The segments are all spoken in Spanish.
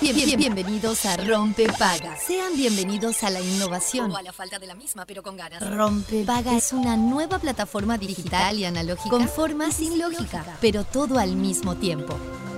Bien- bien- bienvenidos a Rompe Paga. Sean bienvenidos a la innovación o a la falta de la misma, pero con ganas. Rompe Paga es una nueva plataforma digital y analógica con forma sin lógica, pero todo al mismo tiempo.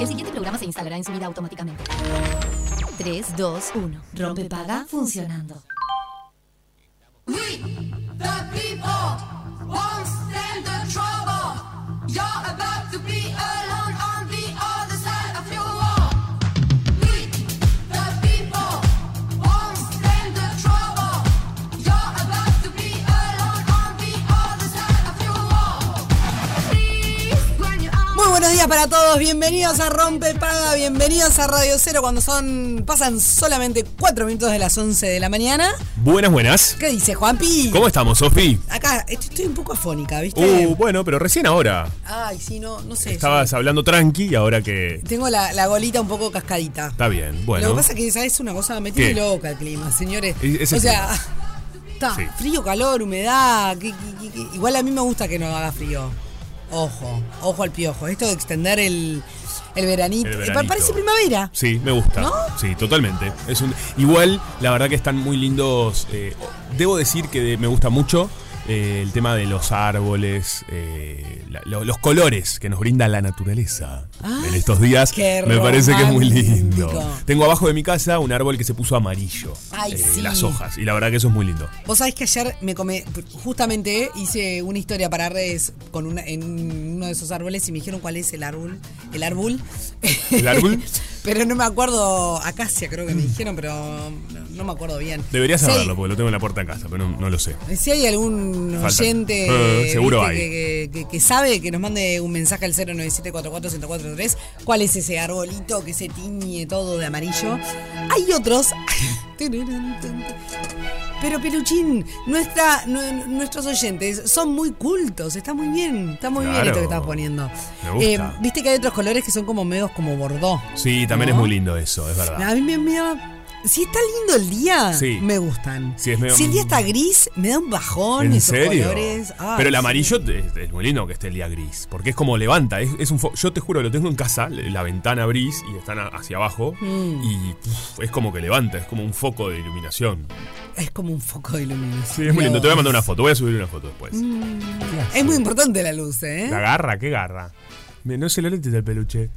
el siguiente programa se instalará en su vida automáticamente. 3, 2, 1. Rompepaga funcionando. We, the people, won't stand the trouble. You're about to be alone on the other side of your wall. We, the people, won't stand the trouble. You're about to be alone on the other side of your wall. Please, when you are. Muy buenos días para todos, bienvenidos a Rompe Paga, bienvenidos a Radio Cero cuando son pasan solamente 4 minutos de las 11 de la mañana. Buenas, buenas. ¿Qué dice Juanpi? ¿Cómo estamos, Sofi? Acá estoy, estoy un poco afónica, ¿viste? Uh, bueno, pero recién ahora. Ay, sí, no, no sé. Estabas hablando tranqui y ahora que. yo Tengo la, la golita un poco cascadita. Está bien, bueno. Lo que pasa es que esa es una cosa, me tiene ¿Qué? loca el clima, señores. Es- es el o sea, está Sí. frío, calor, humedad. que- que- que- que- Igual a mí me gusta que no haga frío. Ojo, ojo al piojo. Esto de extender el, el veranito. El Eh, veranito. Parece primavera. Sí, me gusta. ¿No? Sí, totalmente. Es un... Igual, la verdad que están muy lindos. eh, debo decir que de- me gusta mucho eh, el tema de los árboles, eh, la- lo- los colores que nos brinda la naturaleza Ah, en estos días. qué me parece que es muy lindo. romántico. Tengo abajo de mi casa un árbol que se puso amarillo. eh, Ay, sí. Las hojas. Y la verdad que eso es muy lindo. Vos sabés que ayer me come, justamente hice una historia para redes con una- en uno de esos árboles y me dijeron cuál es el árbol. El árbol. ¿El árbol? pero no me acuerdo, acacia creo que me dijeron, pero no, no me acuerdo bien. Deberías Sí. saberlo, porque lo tengo en la puerta en casa, pero no, no lo sé. Pues, Si hay algún Faltan. oyente Eh, seguro viste, hay. Que, que- que sabe, que nos mande un mensaje al 097441043, cuál es ese arbolito que se tiñe todo de amarillo. Hay otros. Pero Peluchín, nuestra, nu- nuestros oyentes son muy cultos, está muy bien, está muy bien Claro. esto que estás poniendo. Eh, Me gusta. Viste que hay otros colores que son como medios como bordó. Sí, también ¿No? es muy lindo eso, es verdad. A mí me, me da. Si está lindo el día, Sí. me gustan. Sí, es medio- mm, Si el día está gris, me da un bajón. ¿En esos serio? colores. Ay, Pero el sí. amarillo es, es muy lindo que esté el día gris, porque es como levanta, es, es un fo- yo te juro, lo tengo en casa, le- la ventana gris y están a- hacia abajo Mm. y puf, es como que levanta, es como un foco de iluminación. Es como un foco de iluminación. Sí, es muy lindo, te Dios. voy a mandar una foto, voy a subir una foto después. Mm. Es muy importante la luz, ¿eh? La garra, qué garra. Me- No se lo lentes del peluche.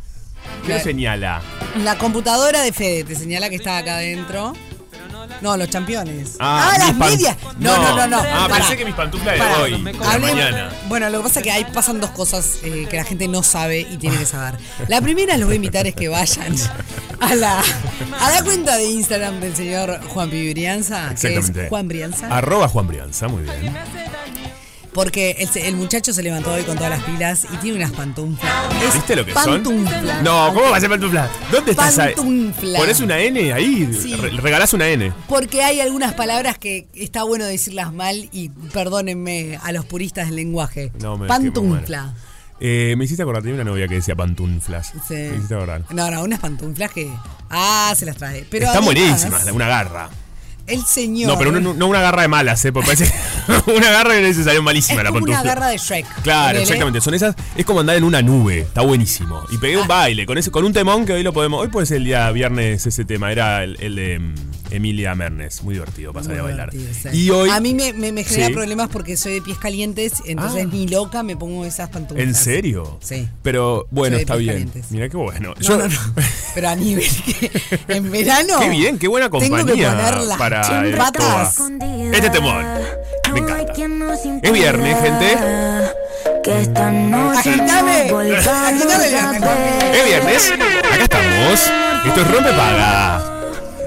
¿Qué La- lo señala? La computadora de Fede te señala que está acá adentro. No, los championes. Ah, las mis pan- medias. No, no, no, no. Ah, Pará. pensé que mis pantuflas de Pará. hoy, de la Hablemos- mañana. Bueno, lo que pasa es que ahí pasan dos cosas eh, que la gente no sabe y tiene que saber. La primera, los voy a invitar es que vayan a la, a la cuenta de Instagram del señor Juan Brianza, que es Exactamente. Juan Brianza. Arroba Juan Brianza, muy bien. Porque el, se- el muchacho se levantó hoy con todas las pilas y tiene unas pantuflas. Es ¿Viste lo que pantufla. son? No, ¿cómo va a ser pantufla? ¿Dónde estás? Pantufla. Pones una N ahí, Sí. re- regalás una N. Porque hay algunas palabras que está bueno decirlas mal y perdónenme a los puristas del lenguaje. No, me- Pantufla. Eh, me hiciste acordar, tenía una novia que decía pantuflas. Sí. Me hiciste acordar. No, no, unas pantuflas que. Ah, se las trae. Pero Están además, buenísimas, la- una garra. El señor. No, pero una- no una garra de malas, ¿eh? Porque parece una garra que le salió es malísima la como pantufla. una garra de Shrek. Claro, Ponele. exactamente. Son esas. Es como andar en una nube. Está buenísimo. Y pegué un baile con ese, con un temón que hoy lo podemos. Hoy puede ser el día viernes ese tema. Era el, el de mm, Emilia Mernes. Muy divertido. Pasaría a Muy bailar. divertido, sí. Y hoy. A mí me, me- me genera Sí. problemas porque soy de pies calientes, entonces Ah. ni loca me pongo esas pantuflas. ¿En serio? Sí. Pero Soy bueno, de está pies bien. calientes. Mira qué bueno. No, Yo- no, no. Pero a nivel que en verano. Qué bien, qué buena compañía Tengo que poner las para el patas. programa. Este temor. Me encanta. Es viernes, gente. Que esta noche Agitame. nos Agitame la volvamos a ver. Es viernes. Acá estamos. Esto es Rompe Paga.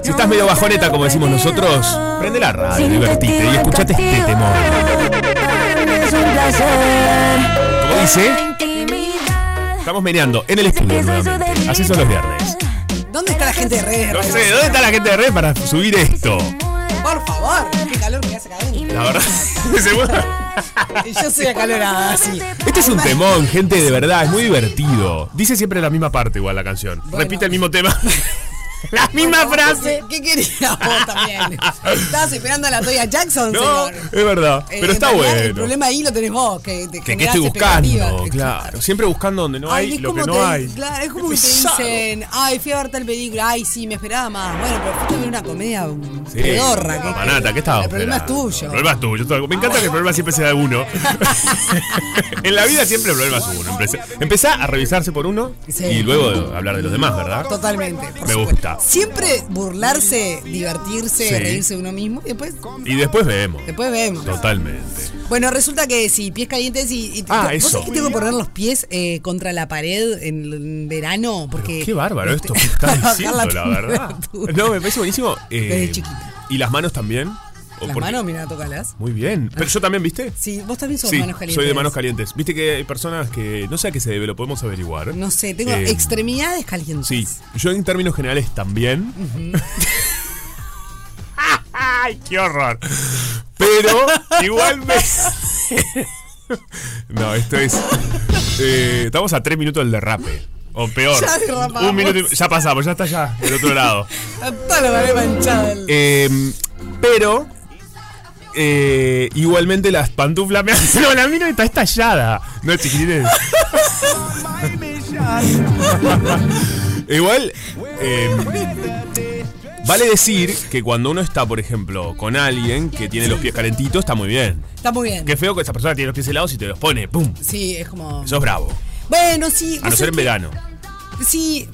Si estás medio bajoneta, como decimos nosotros, prende la radio, divertite y escuchate este temor. Es un placer. Como dice, Intimidad. estamos meneando en el estudio nuevamente. Así son los viernes. ¿Dónde está la gente de redes? No sé, ¿dónde está la gente de red para subir esto? Por favor, qué calor que hace acá adentro. La verdad, se mueve. Y yo soy acalorada, así. Este es un temón, gente, de verdad, es muy divertido. Dice siempre la misma parte igual la canción. Repite el mismo tema. la misma frase. ¿Qué querías vos también? Estabas esperando a la Toya Jackson, No, señor. es verdad. Eh, Pero en está realidad, El bueno. problema ahí lo tenés vos, que te Que, que generás estoy buscando, expectativas. claro. Siempre buscando donde no Ay, hay es lo que como no te- hay. Claro, es como Qué que te pesado. dicen, ay, fui a ver tal película, ay, sí, me esperaba más. Bueno, pero fuiste a ver una comedia Sí. pedorra. que- Manata, ¿qué estabas El problema es esperando? tuyo. El problema es tuyo. Todo- Me encanta que el problema siempre sea de uno. en la vida siempre el problema es uno. Empecé- Empezá a revisarse por uno Sí. y luego hablar de los demás, ¿verdad? Totalmente. por Me supuesto. gusta. Siempre burlarse, divertirse, Sí. reírse de uno mismo y después, Y después vemos. después vemos. Totalmente. Bueno, resulta que si pies calientes y... y- Ah, ¿vos eso. sabés que tengo que poner los pies eh, contra la pared en, en verano? Porque... Qué bárbaro este- esto que estás bajar diciendo, la verdad. temperatura. No, me parece buenísimo. eh, Desde chiquita. ¿Y las manos también? ¿O Las por qué? manos, mira, tócalas. Muy bien. Pero yo también, ¿viste? Sí, vos también sos Sí, manos calientes. soy de manos calientes. Viste que hay personas que no sé a qué se debe, lo podemos averiguar. No sé, tengo Eh, extremidades calientes. Sí, yo en términos generales también. ¡Ay, qué horror! Pero igual me... no, esto es... eh, estamos a tres minutos del derrape. O peor. Ya derrapamos. un minuto y- Ya pasamos, ya está ya, del otro lado. Toda la pared manchada. el- Eh, pero eh, igualmente las pantuflas me hacen. No, la mina está estallada. No, chiquitines. Igual. eh, vale decir que cuando uno está, por ejemplo, con alguien que tiene los pies calentitos, está muy bien. Está muy bien. Qué feo que esa persona tiene los pies helados y te los pone. ¡Pum! Sí, es como... Sos bravo. Bueno, sí. A vos Ah, no ser en sabés verano. que- Sí...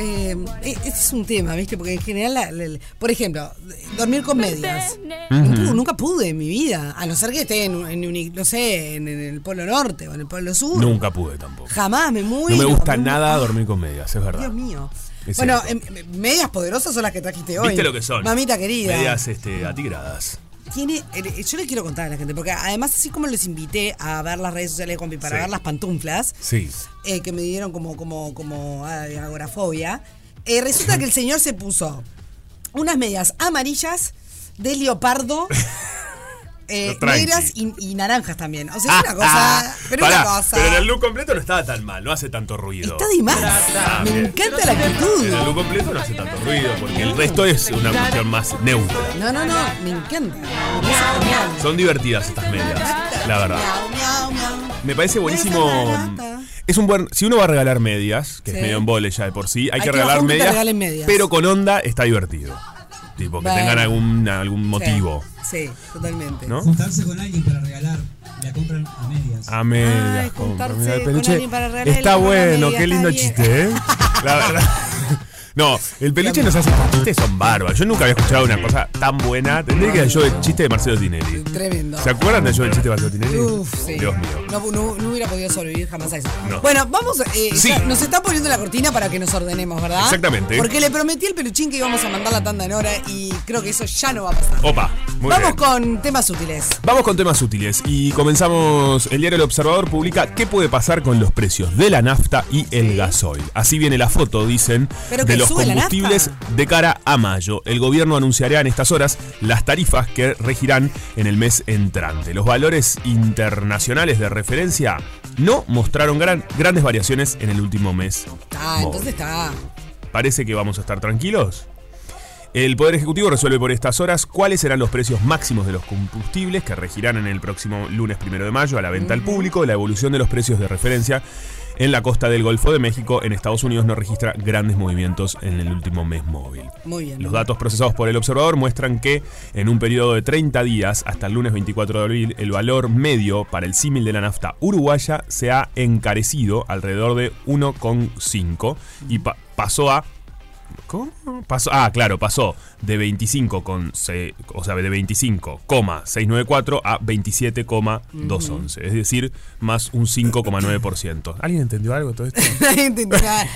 Eh, e- ese es un tema, ¿viste? Porque en general, la- la- la- por ejemplo, dormir con medias. No pude- nunca pude en mi vida, a no ser que esté en, en uni- no sé, en, en el Polo Norte o en el Polo Sur. Nunca pude tampoco. Jamás me muero. No me gusta mu- nada dormir con medias, es verdad. Dios mío. Es bueno, cierto. em- em- medias poderosas son las que trajiste hoy. ¿Viste lo que son? Mamita querida. Medias este, atigradas. Tiene, eh, yo le quiero contar a la gente, porque además así como les invité a ver las redes sociales de Juanpi para Sí. ver las pantuflas, Sí. eh, que me dieron como, como, como ah, agorafobia, eh, resulta que el señor se puso unas medias amarillas de leopardo. eh, Lo tranqui. Ah, negras y, y naranjas también. O sea, es una cosa. Pero Pará, una cosa. pero en el look completo no estaba tan mal, no hace tanto ruido. Ah, Está de más. Me bien. encanta la actitud. En el look completo no hace tanto ruido, porque el resto es una cuestión más neutra. No, no, no, me encanta. Me parece genial. Son divertidas estas medias, la verdad. Miau, miau, miau. Me parece buenísimo. Es un buen. Si uno va a regalar medias, que Sí. es medio embole ya de por sí, hay, Hay que que regalar bajar un que te medias, regalen medias. Pero con onda está divertido. Tipo, que Bueno. tengan algún, algún motivo, Sí, sí, totalmente. ¿no? Juntarse con alguien para regalar, la compran a medias. A medias, Ay, con juntarse comida de con peluche. alguien para regalarle Está con bueno, medias, qué lindo está bien. chiste, ¿eh? La verdad. No, el peluche nos hace estos chistes son bárbaros. Yo nunca había escuchado una cosa tan buena. Tendría que ir al show del chiste de Marcelo Tinelli. Tremendo. ¿Se acuerdan del show del chiste de Marcelo Tinelli? Uf, sí. Dios mío. No, no- no hubiera podido sobrevivir jamás a eso. No. Bueno, vamos. eh, Sí. ya nos está poniendo la cortina para que nos ordenemos, ¿verdad? Exactamente. Porque le prometí al peluchín que íbamos a mandar la tanda en hora y creo que eso ya no va a pasar. Opa, Oh, muy vamos bien. con temas útiles. Vamos con temas útiles y comenzamos. El diario El Observador publica qué puede pasar con los precios de la nafta y el gasoil. Así viene la foto, dicen, Pero que de los sube la combustibles nafta. de cara a mayo. El gobierno anunciará en estas horas las tarifas que regirán en el mes entrante. Los valores internacionales de referencia no mostraron gran- grandes variaciones en el último mes. Ah, Móvil. entonces está. ¿Parece que vamos a estar tranquilos? El Poder Ejecutivo resuelve por estas horas cuáles serán los precios máximos de los combustibles que regirán en el próximo lunes primero de mayo a la venta al público. La evolución de los precios de referencia en la costa del Golfo de México en Estados Unidos no registra grandes movimientos en el último mes móvil. Muy bien. Los datos procesados por el observador muestran que en un periodo de 30 días hasta el lunes 24 de abril, el valor medio para el símil de la nafta uruguaya se ha encarecido alrededor de 1,5 y pa- pasó a ¿Cómo? Pasó, ah, claro, pasó de 25 con se- o sea, de 25,694 a 27,211, es decir, más un 5,9%. ¿Alguien entendió algo de todo esto? Nadie entenderá. es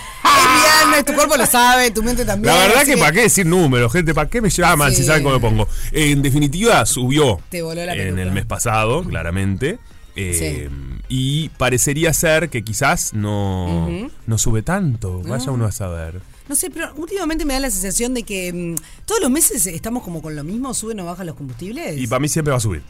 viernes, tu cuerpo lo sabe, tu mente también. La verdad así que para qué decir números, gente, para qué me llaman Sí. si saben cómo me pongo. En definitiva, subió Te voló la en peluca. el mes pasado, claramente. Eh, Y parecería ser que quizás no, no sube tanto. Vaya uno a saber. No sé, pero últimamente me da la sensación de que mm, todos los meses estamos como con lo mismo, suben o bajan los combustibles. Y para mí siempre va a subir.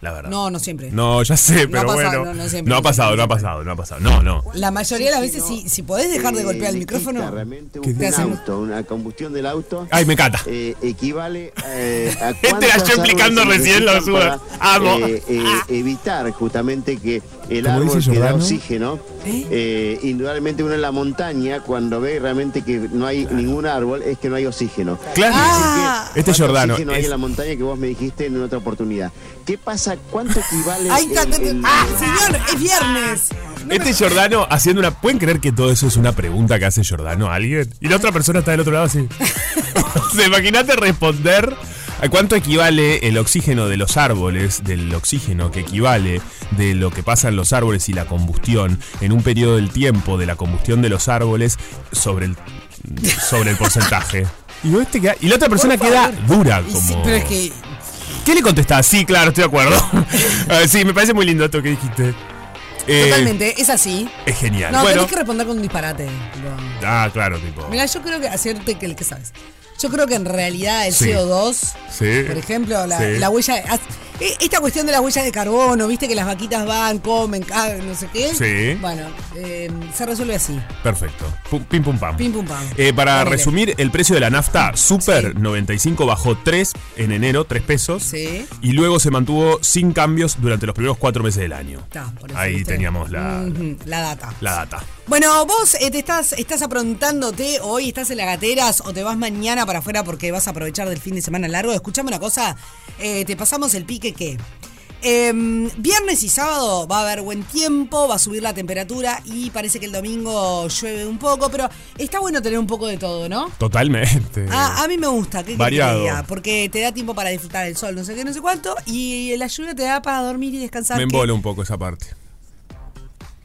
La verdad. no, no siempre. No, ya sé, No pero ha pasado, bueno. no, no siempre, No ha no pasado, no ha pasado, no ha pasado. No, no. La mayoría de las veces, si, si podés dejar de golpear el micrófono, Realmente ¿Qué un, te hacen? auto, una combustión del auto Ay, me encanta. eh, equivale eh, a Este cuántas la estoy explicando árboles se recién, la necesitan basura. para, Amo. Ah. eh, eh, evitar justamente que el Como árbol dice que da Giordano. oxígeno, eh, indudablemente uno en la montaña cuando ve realmente que no hay ningún árbol es que no hay oxígeno. Claro. Ah. este es ¿Cuánto Jordano. oxígeno hay es- en la montaña que vos me dijiste en otra oportunidad. ¿Qué pasa? ¿Cuánto equivale Ahí está, el- te- te- el- ¡Ah, señor! ¡Es viernes! Este es Jordano haciendo una. ¿Pueden creer que todo eso es una pregunta que hace Jordano a alguien? Y la otra persona está del otro lado así. O sea, Imagínate responder a cuánto equivale el oxígeno de los árboles, del oxígeno que equivale de lo que pasa en los árboles y la combustión en un periodo del tiempo de la combustión de los árboles sobre el, sobre el porcentaje. Y, vos te queda- y la otra persona queda dura Y como. sí, pero es que ¿Qué le contestás? Sí, claro, estoy de acuerdo. Ah, sí, me parece muy lindo esto que dijiste. Eh, totalmente, es así. Es genial. No, bueno. tenés que responder con un disparate. No. Ah, claro, tipo. Mira, yo creo que hacerte que el que sabes. Yo creo que en realidad el Sí. CO2, Sí. por ejemplo, la, Sí. la huella. as- e- Esta cuestión de la huella de carbono, viste que las vaquitas van, comen, cagan, no sé qué. Sí. Bueno, eh, se resuelve así. Perfecto. Pum, pim, pum, pam. Pim, pum, pam. Eh, para Ponele. resumir, el precio de la nafta Super 95 bajó 3 en enero, 3 pesos. Sí. Y luego se mantuvo sin cambios durante los primeros 4 meses del año. Está, por eso, Ahí ¿viste? Mm. teníamos la, Ujú, la data. la data. Bueno, vos eh, te estás, estás aprontándote hoy, estás en las gateras o te vas mañana para afuera porque vas a aprovechar del fin de semana largo. Escuchame una cosa, eh, te pasamos el pique que. em, viernes y sábado va a haber buen tiempo, va a subir la temperatura y parece que el domingo llueve un poco, pero está bueno tener un poco de todo, ¿no? Totalmente. Ah, a mí me gusta, ¿qué querés que Variado. te diga? Porque te da tiempo para disfrutar del sol, no sé qué, no sé cuánto, y la lluvia te da para dormir y descansar. me que- embolo un poco esa parte.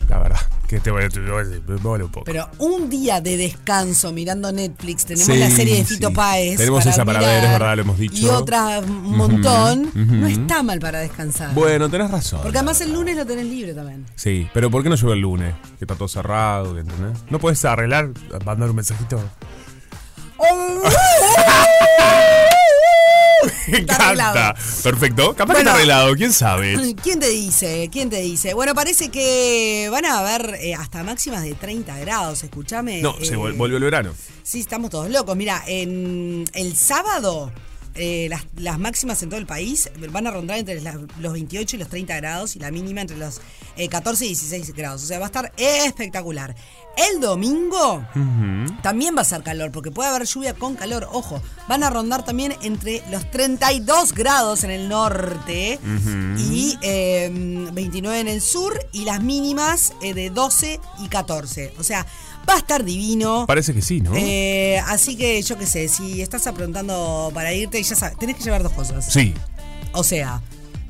La verdad. Que te voy a te voy a decir, me embolo un poco. Pero un día de descanso mirando Netflix, tenemos Sí, la serie de Fito sí. Páez. Tenemos esa para ver, es verdad, lo hemos dicho. Y otra un montón. ujú. No está mal para descansar. bueno, tenés razón. Porque además el lunes lo tenés libre también. Sí, pero ¿por qué no llueve el lunes? Que está todo cerrado, que- ¿entendés? ¿No puedes arreglar, mandar un mensajito? Me Está encanta. arreglado. Perfecto. Capaz que Bueno. está arreglado, quién sabe. ¿Quién te dice? ¿Quién te dice? Bueno, parece que van a haber eh, hasta máximas de 30 grados, escúchame. No, se eh, vol- volvió el verano. Sí, estamos todos locos. Mira, en el sábado eh, las, las máximas en todo el país van a rondar entre las- los 28 y los 30 grados y la mínima entre los eh, 14 y 16 grados. O sea, va a estar espectacular. El domingo también va a ser calor, porque puede haber lluvia con calor. Ojo, van a rondar también entre los 32 grados en el norte y eh, 29 en el sur y las mínimas eh, de 12 y 14. O sea, va a estar divino. Parece que sí, ¿no? Eh, así que yo qué sé, si estás aprontando para irte, ya sabes, tenés que llevar dos cosas. Sí. O sea,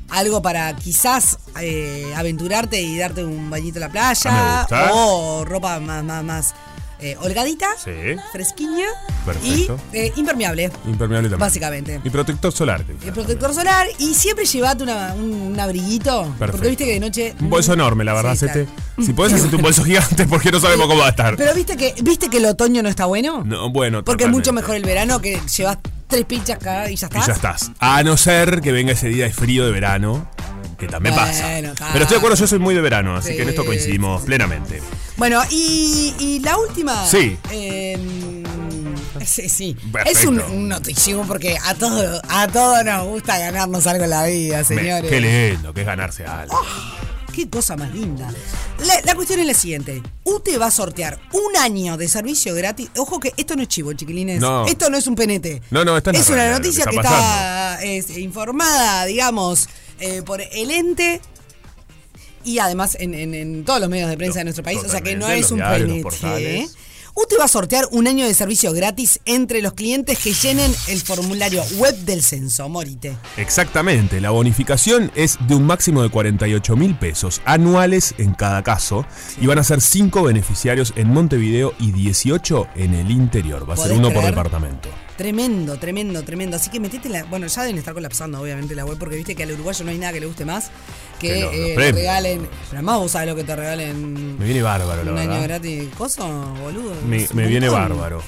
algo para quizás eh, aventurarte y darte un bañito en la Ah, me playa. gusta. O ropa más, más, más eh, holgadita, Sí. fresquiña Perfecto. y eh, impermeable. Impermeable también. Básicamente. Y protector solar. te El fijas protector solar y siempre llevate una- un, un abriguito. Porque Perfecto. viste que de noche. también. Un bolso enorme, la verdad, Sí, hacete. claro. Si podés hacerte un bolso gigante, porque no sabemos cómo va a estar. Pero viste que, viste que el otoño no está bueno. No, bueno, Porque es mucho totalmente. mejor el verano que llevas tres pinchas cagadas y ya está. Y ya estás. A no ser que venga ese día de frío de verano, que también Bueno, pasa. está. Pero estoy de acuerdo, yo soy muy de verano, así Sí, que en esto coincidimos sí, sí. plenamente. Bueno, y, y la última. Sí. Eh, mm, sí, sí. Perfecto. Es un, un noticismo porque a todos a todos nos gusta ganarnos algo en la vida, Me- señores. Ah. qué lindo, que es ganarse algo. Qué cosa más linda. La, la cuestión es la siguiente. UTE va a sortear un año de servicio gratis. Ojo que esto no es chivo, chiquilines. No. Esto no es un penete. No, no, esta es es la una realidad de lo que noticia está que está, es, eh, informada, digamos, eh, por el ente y además en, en- en todos los medios de prensa de nuestro país. O sea que no Totalmente, es los un diarios, los penete. portales. ¿eh? UTE va a sortear un año de servicio gratis entre los clientes que llenen el formulario web del censo. Morite. Exactamente, la bonificación es de un máximo de 48 mil pesos anuales en cada caso y van a ser 5 beneficiarios en Montevideo y 18 en el interior. Va a ser ¿Podés uno por creer? departamento. Tremendo, tremendo, tremendo. Así que metete en la. Bueno, ya deben estar colapsando, obviamente, la web, porque viste que al uruguayo no hay nada que le guste más. que, Que lo- los eh, premios. regalen. Pero además vos sabés lo que te regalen Me viene bárbaro, la un año verdad. gratis. ¿Coso, boludo? Me, Es un me viene montón. bárbaro.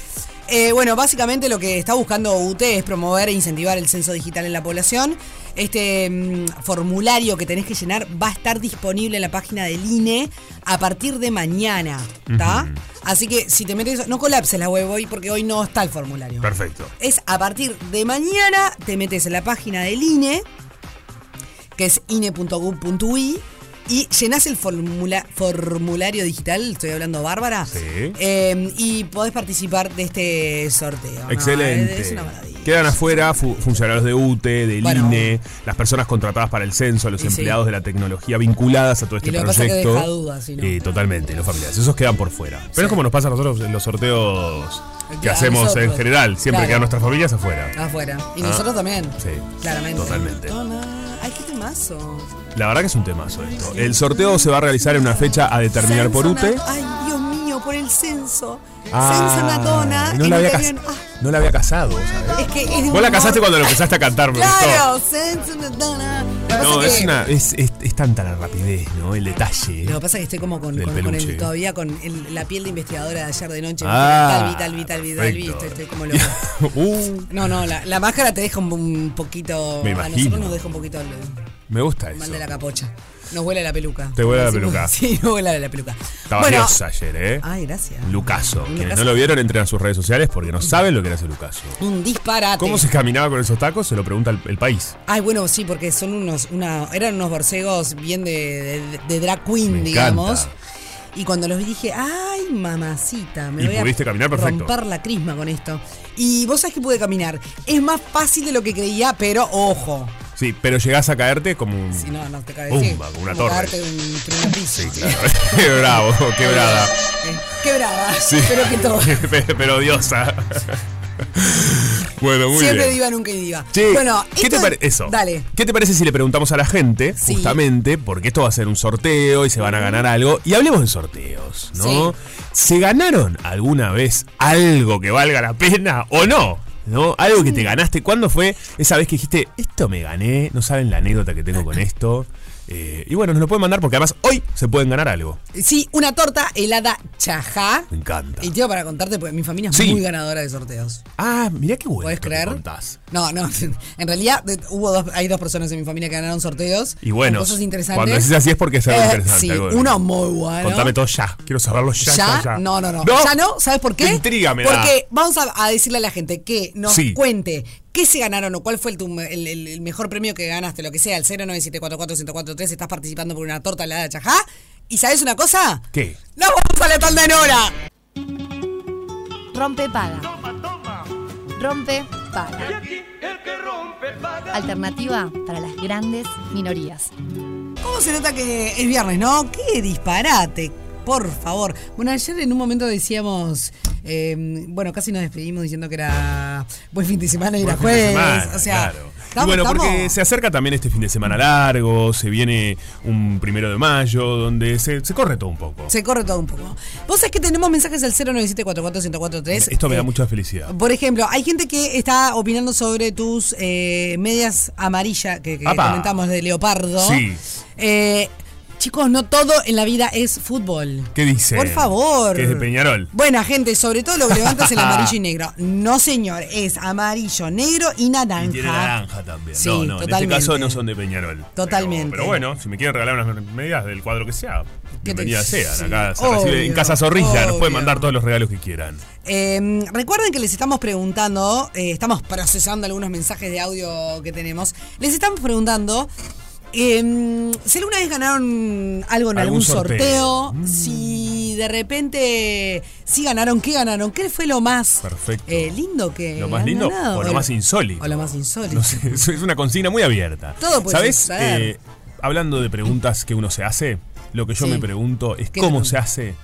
Eh, bueno, básicamente lo que está buscando UT es promover e incentivar el censo digital en la población. Este mm, formulario que tenés que llenar va a estar disponible en la página del INE a partir de mañana, ¿está? Así que si te metes, no colapses la web hoy porque hoy no está el formulario. Perfecto. Es a partir de mañana, te metes en la página del INE, que es E ine.gov.ui, y llenás el formula- formulario digital, estoy hablando bárbara, Sí. eh, y podés participar de este sorteo. ¿no? Excelente. es una maravilla. Quedan afuera fu- funcionarios de UTE, del Bueno. INE, las personas contratadas para el censo, los Y sí. empleados de la tecnología vinculadas a todo este lo que pasa proyecto. es que deja dudas, si no. Eh, totalmente, los familiares. Esos quedan por fuera. Pero es como nos pasa a nosotros en los sorteos que Ya, hacemos en nosotros. general. Siempre Claro. quedan nuestras familias afuera. Afuera. Y Ah. nosotros también. Sí, Claramente. totalmente. Toma. Ay, qué temazo. La verdad que es un temazo esto. El sorteo se va a realizar en una fecha a determinar por Censo UTE. na- Ay, Dios mío, por el censo. censo Ah, Natona. no, en la había italiano. cas- Ah, no la había casado, ¿sabes? es que es de Vos la un casaste humor- cuando lo empezaste a cantar, me Claro, Sense Madonna. Lo que gustó. No, pasa es que- una. Es, es- es tanta la rapidez, ¿no? El detalle. Lo que pasa es que estoy como con, Del con- con el- peluche. todavía con el- la piel de investigadora de ayer de noche. Ah, tal, vital, vital, vital, perfecto. visto, estoy como loco. Uh, No, no, la, la máscara te deja un, un poquito. Me a imagino. nosotros nos deja un poquito el, me gusta eso. mal de la capocha. Nos huele la peluca. Te huele la Decimos- peluca. Sí, nos huele la peluca. Estaba bueno, diosa ayer, ¿eh? Ay, gracias. Lucaso. Un Quienes Lucaso. no lo vieron, entren a sus redes sociales porque no saben lo que era ese Lucaso. Un disparate. ¿Cómo se caminaba con esos tacos? Se lo pregunta el, el país. Ay, bueno, sí, porque son unos, una, eran unos borcegos bien de, de- de drag queen, Me digamos. encanta. Y cuando los vi dije, ay, mamacita, me Y voy pudiste a caminar perfecto. romper la crisma con esto. Y vos sabés que pude caminar. Es más fácil de lo que creía, pero ojo. Sí, pero llegás a caerte como un. Si no, no te caes. Pumba, sí, como una como torre. cagarte de un primer piso. Sí, claro. Qué bravo, quebrada. Eh, Quebrada. Sí. Pero que todo. Pe- pero odiosa. bueno, muy Siempre bien. diva, nunca diva. Che, bueno, ¿qué te esto- parece? Eso. Dale. ¿Qué te parece si le preguntamos a la gente, Sí. justamente, porque esto va a ser un sorteo y se van a ganar algo? Y hablemos de sorteos, ¿no? Sí. ¿Se ganaron alguna vez algo que valga la pena o no? ¿No? Algo que te ganaste. ¿Cuándo fue esa vez que dijiste, esto me gané? No saben la anécdota que tengo con esto. Eh, y bueno, nos lo pueden mandar porque además hoy se pueden ganar algo. Sí, una torta helada chajá. Me encanta. Y tengo para contarte, porque mi familia es Sí. muy ganadora de sorteos. Ah, mirá qué bueno. ¿Puedes esto que creer? contás. No, no. En realidad de- hubo dos, hay dos personas en mi familia que ganaron sorteos. Y bueno, con cosas interesantes. cuando decís así es porque es algo Eh, interesante, Sí, algo de- uno muy bueno. Contame todo ya. Quiero saberlo ya. ¿Ya? ya, ya. No, no, no, Ya no. ¿Sabes por qué? Intriga me da. Porque vamos a, a decirle a la gente que nos ah. Sí. cuente qué se ganaron o cuál fue el, tu- el- el- el mejor premio que ganaste, lo que sea, el 097441043. Estás participando por una torta helada chajá. ¿Y sabes una cosa? ¿Qué? ¡No vamos a la tanda en hora! Rompe paga. Rompe paga. Alternativa para las grandes minorías. ¿Cómo Oh, se nota que es viernes, no? ¡Qué disparate! Por favor. Bueno, ayer en un momento decíamos. eh, bueno, casi nos despedimos diciendo que era buen fin de semana y era Buen fin jueves. de semana, pues, o sea, claro. Y estamos- bueno, porque estamos- se acerca también este fin de semana largo, se viene un primero de mayo, donde se, se corre todo un poco. se corre todo un poco. Vos sabés que tenemos mensajes al 097441043. Esto me da Eh, mucha felicidad. Por ejemplo, hay gente que está opinando sobre tus eh, medias amarillas que, que ¡Apa! comentamos de leopardo. Sí. Eh, chicos, no todo en la vida es fútbol. ¿Qué dice? Por favor. Que es de Peñarol. Buena gente, sobre todo lo que levantas el amarillo y negro. No, señor, es amarillo, negro y naranja. Y tiene naranja también. Sí, no, no, en totalmente. este caso no son de Peñarol. Pero- Totalmente. Pero, bueno, si me quieren regalar unas medias del cuadro que sea, ¿Qué te- bienvenidas sean. sí, Acá se obvio, recibe en Casa Zorrilla, nos pueden obvio. mandar todos los regalos que quieran. Eh, recuerden que les estamos preguntando, eh, estamos procesando algunos mensajes de audio que tenemos. Les estamos preguntando eh, si alguna vez ganaron algo en Algún algún sorteo, sorteo. Mm. si de repente sí ganaron, qué ganaron, qué fue lo más Perfecto. eh, lindo que Lo más han lindo ganado? o lo más insólito. O lo más insólito. No sé, es es una consigna muy abierta. Todo puede ¿Sabes? suceder. Eh, hablando de preguntas que uno se hace, lo que yo Sí. me pregunto es ¿Qué cómo pregunta? se hace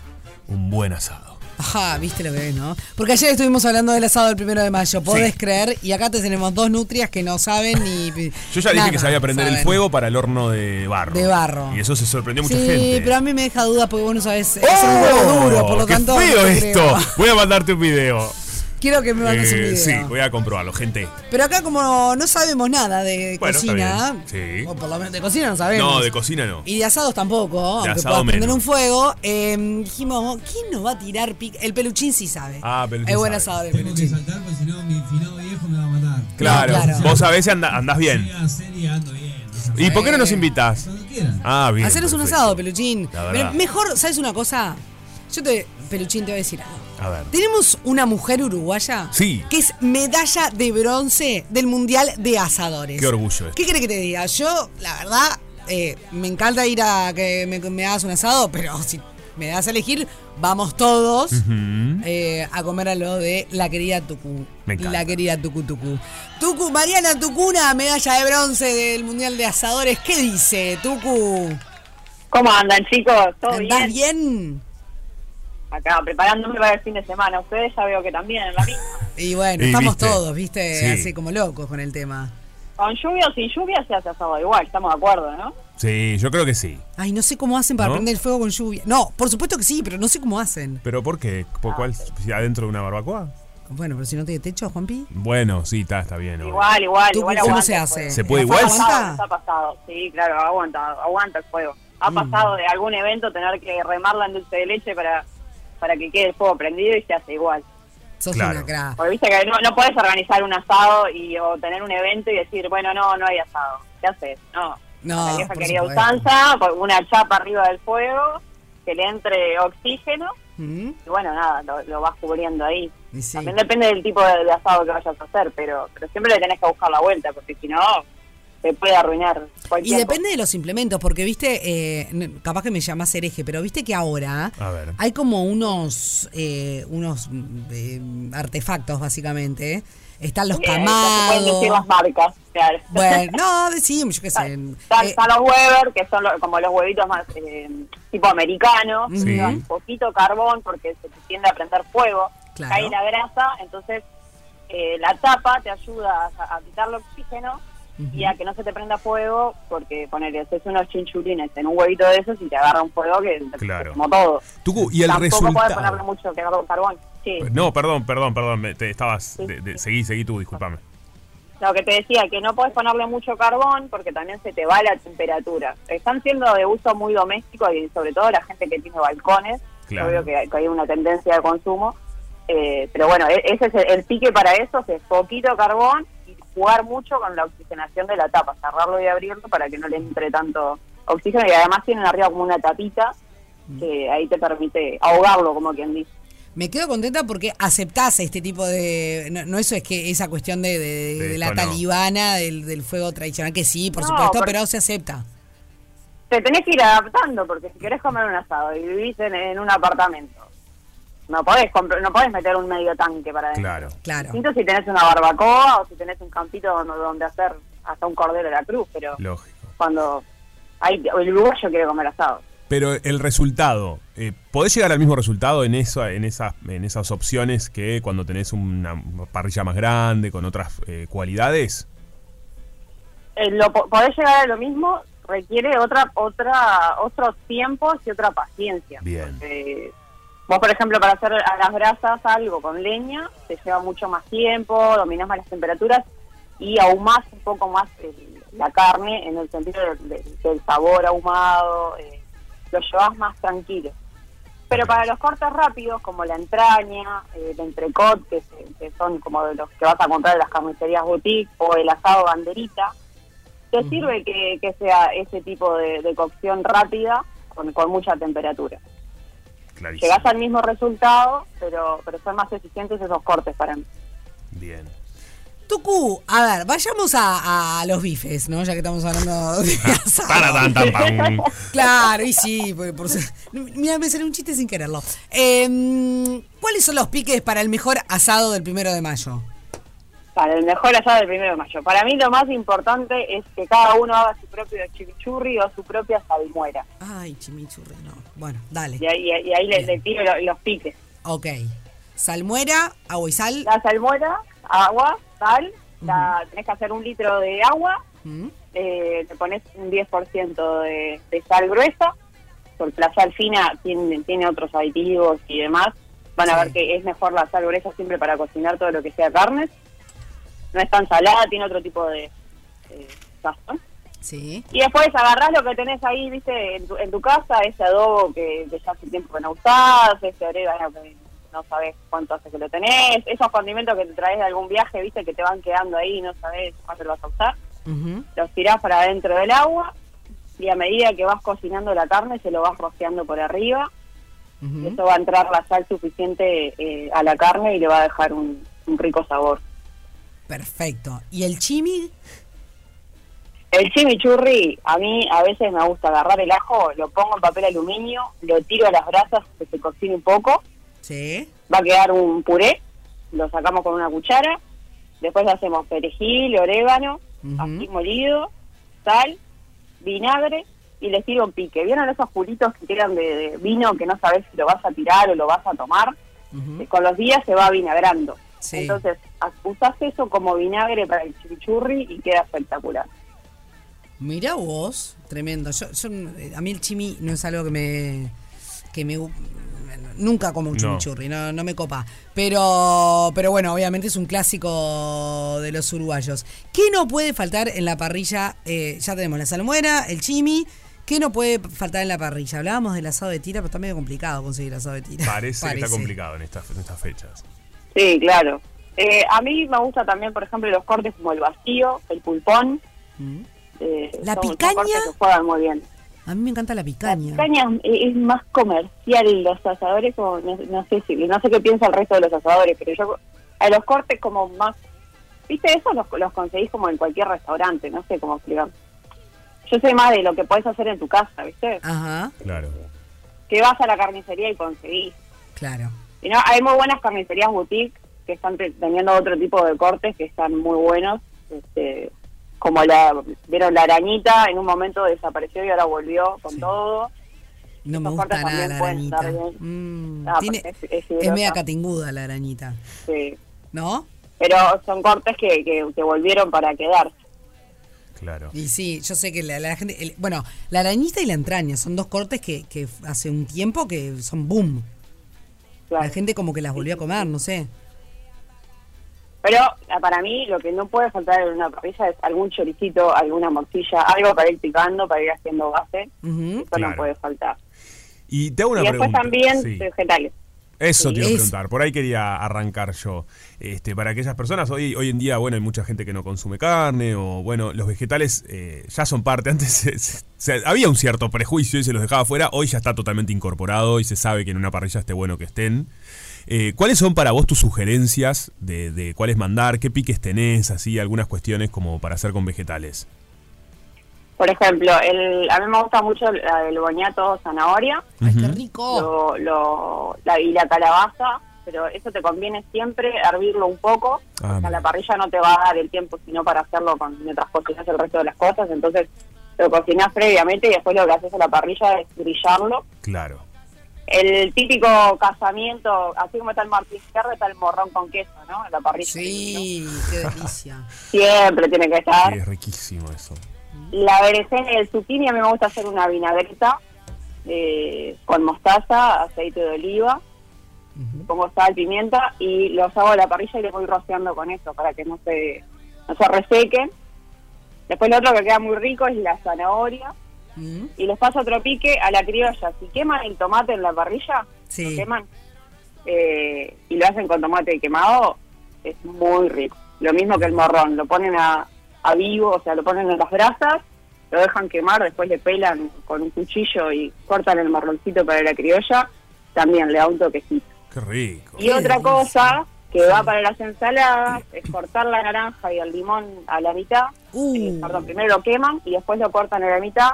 un buen asado. Ajá, viste lo que es, ¿no? Porque ayer estuvimos hablando del asado del primero de mayo, podés Sí. creer, y acá te tenemos dos nutrias que no saben ni. Yo ya dije que sabía prender el saben. fuego para el horno de barro. De barro. Y eso se sorprendió a mucha sí, gente. pero a mí me deja dudas porque vos no sabés. ¡Oh! es un huevo duro, por lo ¡Qué tanto. feo no te esto! creo. Voy a mandarte un video. Quiero que me mandes un Eh, video. sí, voy a comprobarlo, gente. Pero acá como no sabemos nada de Bueno, está cocina, bien, sí. o por lo menos de cocina no sabemos. No, de cocina no. Y de asados tampoco, aunque asado puedas prender menos. un fuego. eh, dijimos, ¿quién nos va a tirar pic? El peluchín sí sabe. Ah, Peluchín Es buen sabe. asador el Tengo que peluchín. saltar porque si no mi finado viejo me va a matar. Claro, No, claro. vos a veces anda- andás bien. Sería seria, ando bien. o sea, ¿Y por qué no nos invitas? Cuando quieran. Ah, bien. Haceros un perfecto. asado, peluchín. La verdad. Me- Mejor, ¿sabes una cosa? Yo te, peluchín, te voy a decir algo. A ver. Tenemos una mujer uruguaya Sí. que es medalla de bronce del Mundial de Asadores. Qué orgullo es. ¿Qué crees que te diga? Yo, la verdad, eh, me encanta ir a que me, me hagas un asado, pero si me das a elegir, vamos todos eh, a comer a lo de la querida Tucú. Mm. Me encanta. La querida Tucú Tucú. Tucú, Mariana Tucuna, medalla de bronce del Mundial de Asadores. ¿Qué dice, Tucu? ¿Cómo andan, chicos? ¿Todo ¿Andás bien? bien? Acá, preparándome para el fin de semana. Ustedes ya veo que también, la misma. Y bueno, Y estamos viste. todos, ¿viste? Sí. Así Eh, como locos con el tema. Con lluvia o sin lluvia se hace asado igual, estamos de acuerdo, ¿no? Sí, yo creo que sí. Ay, no sé cómo hacen para ¿No? prender el fuego con lluvia. No, por supuesto que sí, pero no sé cómo hacen. ¿Pero por qué? ¿Por cuál? Si ¿Adentro de una barbacoa? Bueno, pero si no tiene techo, Juanpi. Bueno, sí, está, está bien. obvio. Igual, igual, ¿Tú igual cómo aguanta se el hace? fuego. ¿Se puede ¿La igual? Ha pasado, ¿Aguanta? nos ha pasado. Sí, claro, aguanta, aguanta el fuego. Mm. Ha pasado de algún evento tener que remarla en dulce de leche para, para que quede el fuego prendido y se hace igual. Sos Claro. una cra. Porque viste que no, no puedes organizar un asado y, o tener un evento y decir, bueno, no, no hay asado. ¿Qué haces? No. No, La vieja por querida supuesto. usanza, una chapa arriba del fuego, que le entre oxígeno ¿Mm? y bueno, nada, lo, lo vas cubriendo ahí. Y sí. También depende del tipo de, de asado que vayas a hacer, pero, pero siempre le tenés que buscar la vuelta, porque si no, te puede arruinar Y cualquier depende de los implementos, porque viste, eh, n- capaz que me llamas hereje, pero viste que ahora A ver. hay como unos, eh, unos mm, eh, artefactos, básicamente. Están los cosa. Eh, no se pueden decir las camados. marcas, claro. Bueno, no, decimos, yo qué sé. Están, Eh, están los Weber, que son lo- como los huevitos más eh, tipo americanos, Sí. llevan poquito carbón porque se te tiende a prender fuego, Claro. cae la grasa, entonces eh, la tapa te ayuda a, a quitar el oxígeno y a que no se te prenda fuego porque ponerle haces unos chinchulines en un huevito de esos y te agarra un fuego que te- Claro. como todo. Tucu, y el Tampoco puedes ponerle resultado. mucho que agarra carbón. Sí. No, perdón, perdón, perdón. me- Te estabas. de- de- seguí, seguí tú, discúlpame. Lo que te decía, que no puedes ponerle mucho carbón porque también se te va la temperatura. Están siendo de uso muy doméstico y sobre todo la gente que tiene balcones. Claro. Yo veo que, que hay una tendencia de consumo. Eh, pero bueno, e- ese es el, el pique para eso, es poquito carbón y jugar mucho con la oxigenación de la tapa, cerrarlo y abrirlo para que no le entre tanto oxígeno y además tienen arriba como una tapita que ahí te permite ahogarlo, como quien dice. Me quedo contenta porque aceptás este tipo de. No, no eso es que esa cuestión de, de- De de la esto no. talibana, del, del fuego tradicional, que sí, por No, supuesto, por- pero se acepta. te tenés que ir adaptando, porque si querés comer un asado y vivís en, en un apartamento, no podés, compr- no podés meter un medio tanque para adentro. Claro. Claro. Distinto si tenés una barbacoa o si tenés un campito donde, donde hacer hasta un cordero de la cruz, pero Lógico. cuando hay el uruguayo quiere comer asado. Pero el resultado, eh, ¿podés llegar al mismo resultado en, esa, en, esas, en esas opciones que cuando tenés una parrilla más grande, con otras eh, cualidades? Eh, lo, po- podés llegar a lo mismo requiere otra otra otros tiempos y otra paciencia. Bien. Porque vos, por ejemplo, para hacer a las brasas algo con leña, te lleva mucho más tiempo, dominás más las temperaturas y ahumás un poco más el- la carne en el sentido del- del- del sabor ahumado, eh, lo llevas más tranquilo. Pero para los cortes rápidos, como la entraña, eh, el entrecot, que, se- que son como de los que vas a comprar en las carnicerías boutique, o el asado banderita, te sirve que, que sea ese tipo de, de cocción rápida con, con mucha temperatura. Clarísimo. Llegás al mismo resultado, pero, pero son más eficientes esos cortes para mí. Bien. Tucu, a ver, vayamos a, a los bifes, ¿no? Ya que estamos hablando de asado. Para tan, tan, pam. Claro, y sí, por, por su- Mira, me salió un chiste sin quererlo. Eh, ¿Cuáles son los piques para el mejor asado del primero de mayo? Para el mejor asado del primero de mayo. Para mí lo más importante es que cada uno haga su propio chimichurri o su propia salmuera. Ay, chimichurri, no. Bueno, dale. Y ahí, y ahí le, le tiro lo- los piques. Ok. Salmuera, agua y sal. La salmuera, agua, sal, la, tenés que hacer un litro de agua, Mm. eh, le pones un 10% de, de sal gruesa, porque la sal fina tiene, tiene otros aditivos y demás, van a ver que es mejor la sal gruesa siempre para cocinar todo lo que sea carnes. No es tan salada, tiene otro tipo de eh, sazón. Sí. Y después agarrás lo que tenés ahí, viste, en tu, en tu casa, ese adobo que, que ya hace tiempo que no usás, ese orégano que no sabés cuánto hace que lo tenés, esos condimentos que te traes de algún viaje, viste, que te van quedando ahí y no sabés cuánto lo vas a usar, Ujú. los tirás para adentro del agua y a medida que vas cocinando la carne se lo vas rociando por arriba y Ujú. eso va a entrar la sal suficiente eh, a la carne y le va a dejar un, un rico sabor. Perfecto. ¿Y el chimi? El chimichurri, a mí a veces me gusta agarrar el ajo, lo pongo en papel aluminio, lo tiro a las brasas que se cocine un poco, Sí. va a quedar un puré, lo sacamos con una cuchara, después le hacemos perejil, orégano, Ujú. ají molido, sal, vinagre y les tiro un pique. ¿Vieron esos puritos que quedan de, de vino que no sabes si lo vas a tirar o lo vas a tomar? Ujú. Eh, Con los días se va vinagrando. Sí. Entonces, a- usás eso como vinagre para el chimichurri y queda espectacular. Mira vos, tremendo. Yo, yo- eh, a mí el chimi no es algo que me que me gu- nunca como un No. chimichurri, no, no me copa. Pero pero bueno, obviamente es un clásico de los uruguayos. ¿Qué no puede faltar en la parrilla? Eh, ya tenemos la salmuera, el chimi. ¿Qué no puede faltar en la parrilla? Hablábamos del asado de tira, pero está medio complicado conseguir asado de tira. Parece, que está complicado en estas, en estas fechas. Sí, claro. Eh, a mí me gusta también, por ejemplo, los cortes como el vacío, el pulpón. eh, ¿La son- son picaña? cortes que juegan muy bien. A mí me encanta la picaña. Picaña es es más comercial, los asadores, como, no, no sé si, no sé qué piensa el resto de los asadores, pero yo a los cortes como más, viste, esos los, los conseguís como en cualquier restaurante, no sé cómo explicar. Yo sé más de lo que podés hacer en tu casa, viste, Ajá, Claro. que vas a la carnicería y conseguís. claro. Y no, hay muy buenas carnicerías boutique que están te- teniendo otro tipo de cortes que están muy buenos. Este, como la, vieron la arañita, en un momento desapareció y ahora volvió con Sí. todo. No me Esas gusta cortes nada también la pueden arañita. estar bien. Mm, Ah, tiene- porque es- es es, fibrosa. media catinguda la arañita, Sí. ¿no? Pero son cortes que, que, que volvieron para quedar. Claro. Y sí, yo sé que la, la gente... el- bueno, la arañita y la entraña son dos cortes que, que hace un tiempo que son boom. Claro. La gente como que las volvió a comer, no sé. Pero ah, para mí lo que no puede faltar en una parrilla es algún choricito, alguna morcilla, algo para ir picando, para ir haciendo base. Ujú. Eso Claro. no puede faltar. Y te hago una y después pregunta. también Sí. vegetales. Eso te iba a Es- preguntar, por ahí quería arrancar yo. Este, para aquellas personas, hoy, hoy en día, bueno, hay mucha gente que no consume carne, o bueno, los vegetales eh, ya son parte. Antes se- se- se- había un cierto prejuicio y se los dejaba fuera, hoy ya está totalmente incorporado y se sabe que en una parrilla esté bueno que estén. Eh, ¿Cuáles son para vos tus sugerencias de, de cuáles mandar? ¿Qué piques tenés? Así, algunas cuestiones como para hacer con vegetales. Por ejemplo, el, a mí me gusta mucho el, el boñato zanahoria Ay, qué Ujú. rico. lo, lo- la, y la calabaza, pero eso te conviene siempre hervirlo un poco. o Ah, sea, mira. la parrilla no te va a dar el tiempo sino para hacerlo con, mientras cocinas el resto de las cosas. Entonces lo cocinas previamente y después lo que haces a la parrilla es grillarlo. Claro. El típico casamiento, así como está el martín Fierro, está el morrón con queso, ¿no? En la parrilla. Sí, qué delicia. Siempre tiene que estar. Es riquísimo eso. La berenjena y el zucchini, a mí me gusta hacer una vinagreta eh, con mostaza, aceite de oliva, le pongo sal, pimienta y los hago a la parrilla y les voy rociando con eso para que no se, no se resequen. Después lo otro que queda muy rico es la zanahoria Mm, y les paso otro pique a la criolla. Si queman el tomate en la parrilla, lo Sí. queman eh, y lo hacen con tomate quemado, es muy rico. Lo mismo que el morrón, lo ponen a, a vivo, o sea, lo ponen en las brasas, lo dejan quemar, después le pelan con un cuchillo y cortan el morroncito para la criolla, también le da un toquecito. Qué rico. Y otra cosa que va para las ensaladas es cortar la naranja y el limón a la mitad. Uh. Eh, perdón, primero lo queman y después lo cortan a la mitad.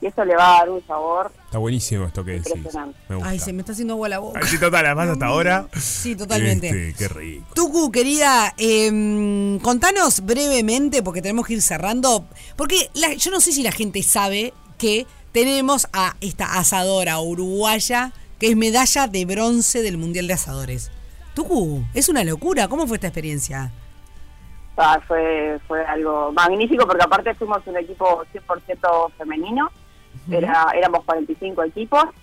Y eso le va a dar un sabor. Está buenísimo esto que decís. Impresionante. Me gusta. Ay, se me está haciendo agua la boca. Ay, sí, total, además hasta ahora. Sí, totalmente. Este, qué rico. Tucu, querida, eh, contanos brevemente, porque tenemos que ir cerrando, porque la- yo no sé si la gente sabe que tenemos a esta asadora uruguaya que es medalla de bronce del Mundial de Asadores. Tucu, es una locura, ¿cómo fue esta experiencia? Ah, fue, fue algo magnífico porque aparte fuimos un equipo 100% femenino. Era, éramos 45 equipos. Eh,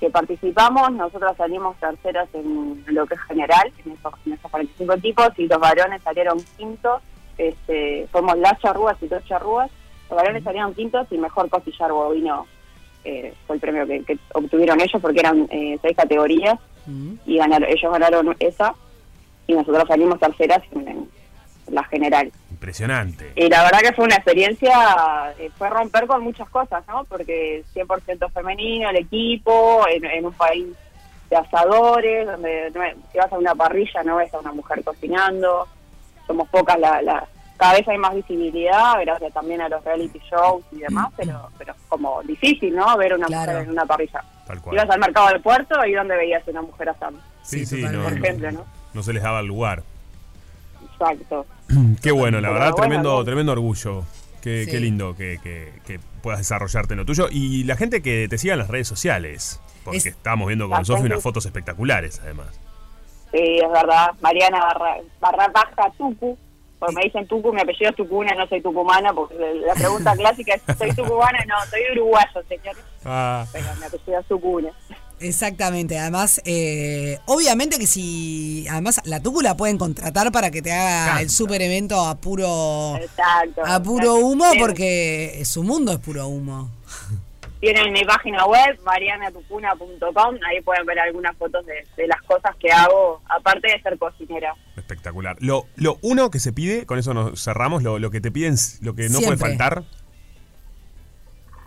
que participamos, nosotros salimos terceros en lo que es general, en esos, en esos 45 tipos, y los varones salieron quintos, este, fuimos las charrúas y dos charrúas, los varones salieron quintos y mejor costillar bovino eh, fue el premio que, que obtuvieron ellos porque eran eh, seis categorías y ganaron, ellos ganaron esa y nosotros salimos terceras en, en la general. Impresionante. Y la verdad que fue una experiencia, eh, fue romper con muchas cosas, ¿no? Porque 100% femenino, el equipo, en, en un país de asadores, donde no es- si vas a una parrilla no ves a una mujer cocinando, somos pocas, la, la- cada vez hay más visibilidad, gracias también a los reality shows y demás, pero, pero es como difícil, ¿no? Ver una Claro. mujer en una parrilla. Tal Ibas cual. al mercado del puerto y donde veías una mujer asando, Sí, Sí, sí, no, por totalmente. no, ejemplo, ¿no? no se les daba el lugar. Exacto. Qué bueno, la Pero verdad, bueno, tremendo, bueno. tremendo orgullo. Qué, Sí. qué lindo que, que- que puedas desarrollarte en lo tuyo. Y la gente que te siga en las redes sociales. Porque Es- estamos viendo con La Sofi gente- unas fotos espectaculares, además. Sí, Eh, es verdad. Mariana Barra, barra Baja Tucu. Porque me dicen Tucu, mi apellido es Tucuna, no soy tucumana, porque la pregunta clásica es, ¿soy tucumana? No, soy uruguayo, señor. Ah. Pero mi apellido es Tucuna. Exactamente, además, eh, obviamente que si, además la Tucu la pueden contratar para que te haga Canta. el super evento a puro, Exacto. a puro humo, Tienen- porque su mundo es puro humo. Tienen mi página web, marianatucuna.com, ahí pueden ver algunas fotos de, de las cosas que hago, aparte de ser cocinera. Espectacular. Lo, lo uno que se pide, con eso nos cerramos, lo, lo que te piden, lo que no puede Siempre. faltar.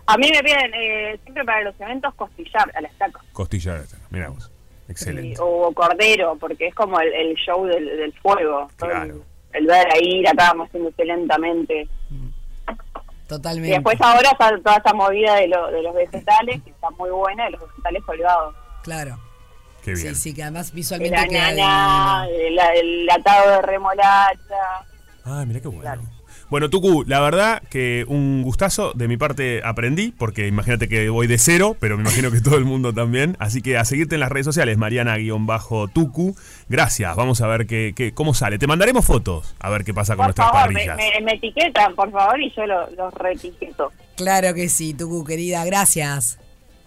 A mí me piden eh, siempre para los eventos costillar a la estaca. Costilla de ternera. Mirá vos. y- Excelente. o cordero, porque es como el, el show del, del fuego. todo el- Claro. El, ver ahí, la estábamos haciéndose lentamente. Y Totalmente. después ahora está toda esta movida de, lo- de los vegetales, que está muy buena, de los vegetales colgados. Claro. Qué bien. Sí, sí, que además El visualmente queda anana, divino. el, el atado de remolacha. Ah, mirá qué bueno. Bueno, Tucu, la verdad que un gustazo. De mi parte aprendí, porque imagínate que voy de cero, pero me imagino que todo el mundo también. Así que a seguirte en las redes sociales, Mariana-Tucu. Gracias, vamos a ver qué, qué- cómo sale. Te mandaremos fotos, a ver qué pasa con Por nuestras favor, me, parrillas. me- me etiquetan, por favor, y yo lo- los reetiqueto. Claro que sí, Tucu, querida, gracias.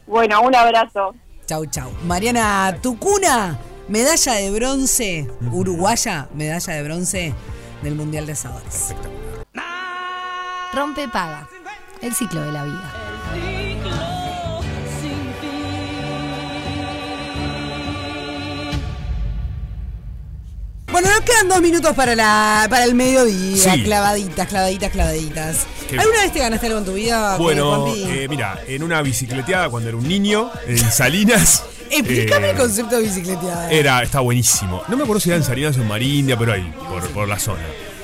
Bueno, un abrazo. Chau, chau. Mariana Tucuna, medalla de bronce, uruguaya, medalla de bronce del Mundial de Asadores. Rompe paga. El ciclo de la vida. Bueno, nos quedan dos minutos para la para el mediodía. Sí. Clavaditas, clavaditas, clavaditas. Qué- ¿Alguna vez te ganaste algo en tu vida? Bueno, Juanpi? eh, mira, en una bicicleteada cuando era un niño, en Salinas. Explícame eh, el concepto de bicicleteada. Era, está buenísimo. No me acuerdo si era en Salinas o en Marindia, pero ahí, por, por la zona.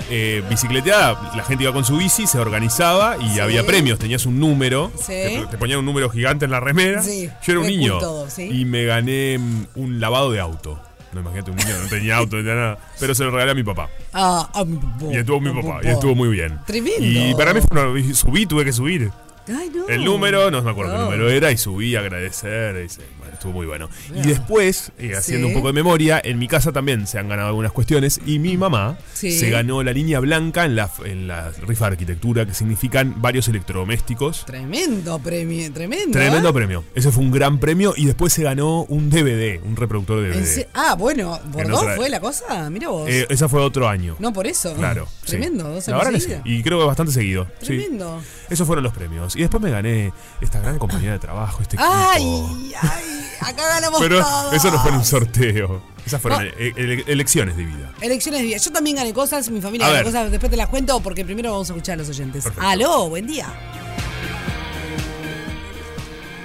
Eh, bicicleteada, la gente iba con su bici, se organizaba y Sí. había premios. Tenías un número, Sí. te, te ponían un número gigante en la remera. Sí, Yo era un de niño culto, sí. y me gané mm, un lavado de auto. No imagínate, un niño no tenía auto, no tenía nada. Pero se lo regalé a mi papá. Ah, a mi papá. Y estuvo mi a papá, y estuvo muy bien. Tremendo. Y para mí fue una, subí, tuve que subir. Ay, no. El número, no me acuerdo No. qué número era, y subí a agradecer. y se- bueno, estuvo muy bueno. Y después, eh, haciendo Sí. un poco de memoria, en mi casa también se han ganado algunas cuestiones. Y mi mamá Sí. se ganó la línea blanca en la, en la rifa de arquitectura, que significan varios electrodomésticos. Tremendo premio, tremendo. Tremendo ¿eh? premio. Ese fue un gran premio. Y después se ganó un DVD, un reproductor de En DVD. se- Ah, bueno, ¿por En dos otra- fue la cosa? Mira vos. Eh, esa fue otro año. no, por eso. Claro. sí. Tremendo, dos La años verdad que sí. seguidos. Y creo que bastante seguido. sí. Tremendo. Esos fueron los premios. Y después me gané esta gran compañía de trabajo, este equipo. Ay, ay, acá ganamos Pero Ah, todos. eso no fue un sorteo. Esas fueron No. ele- ele- elecciones de vida. Elecciones de día. Yo también gané cosas, mi familia A ganó ver. cosas, después te las cuento porque primero vamos a escuchar a los oyentes. Perfecto. Aló, buen día.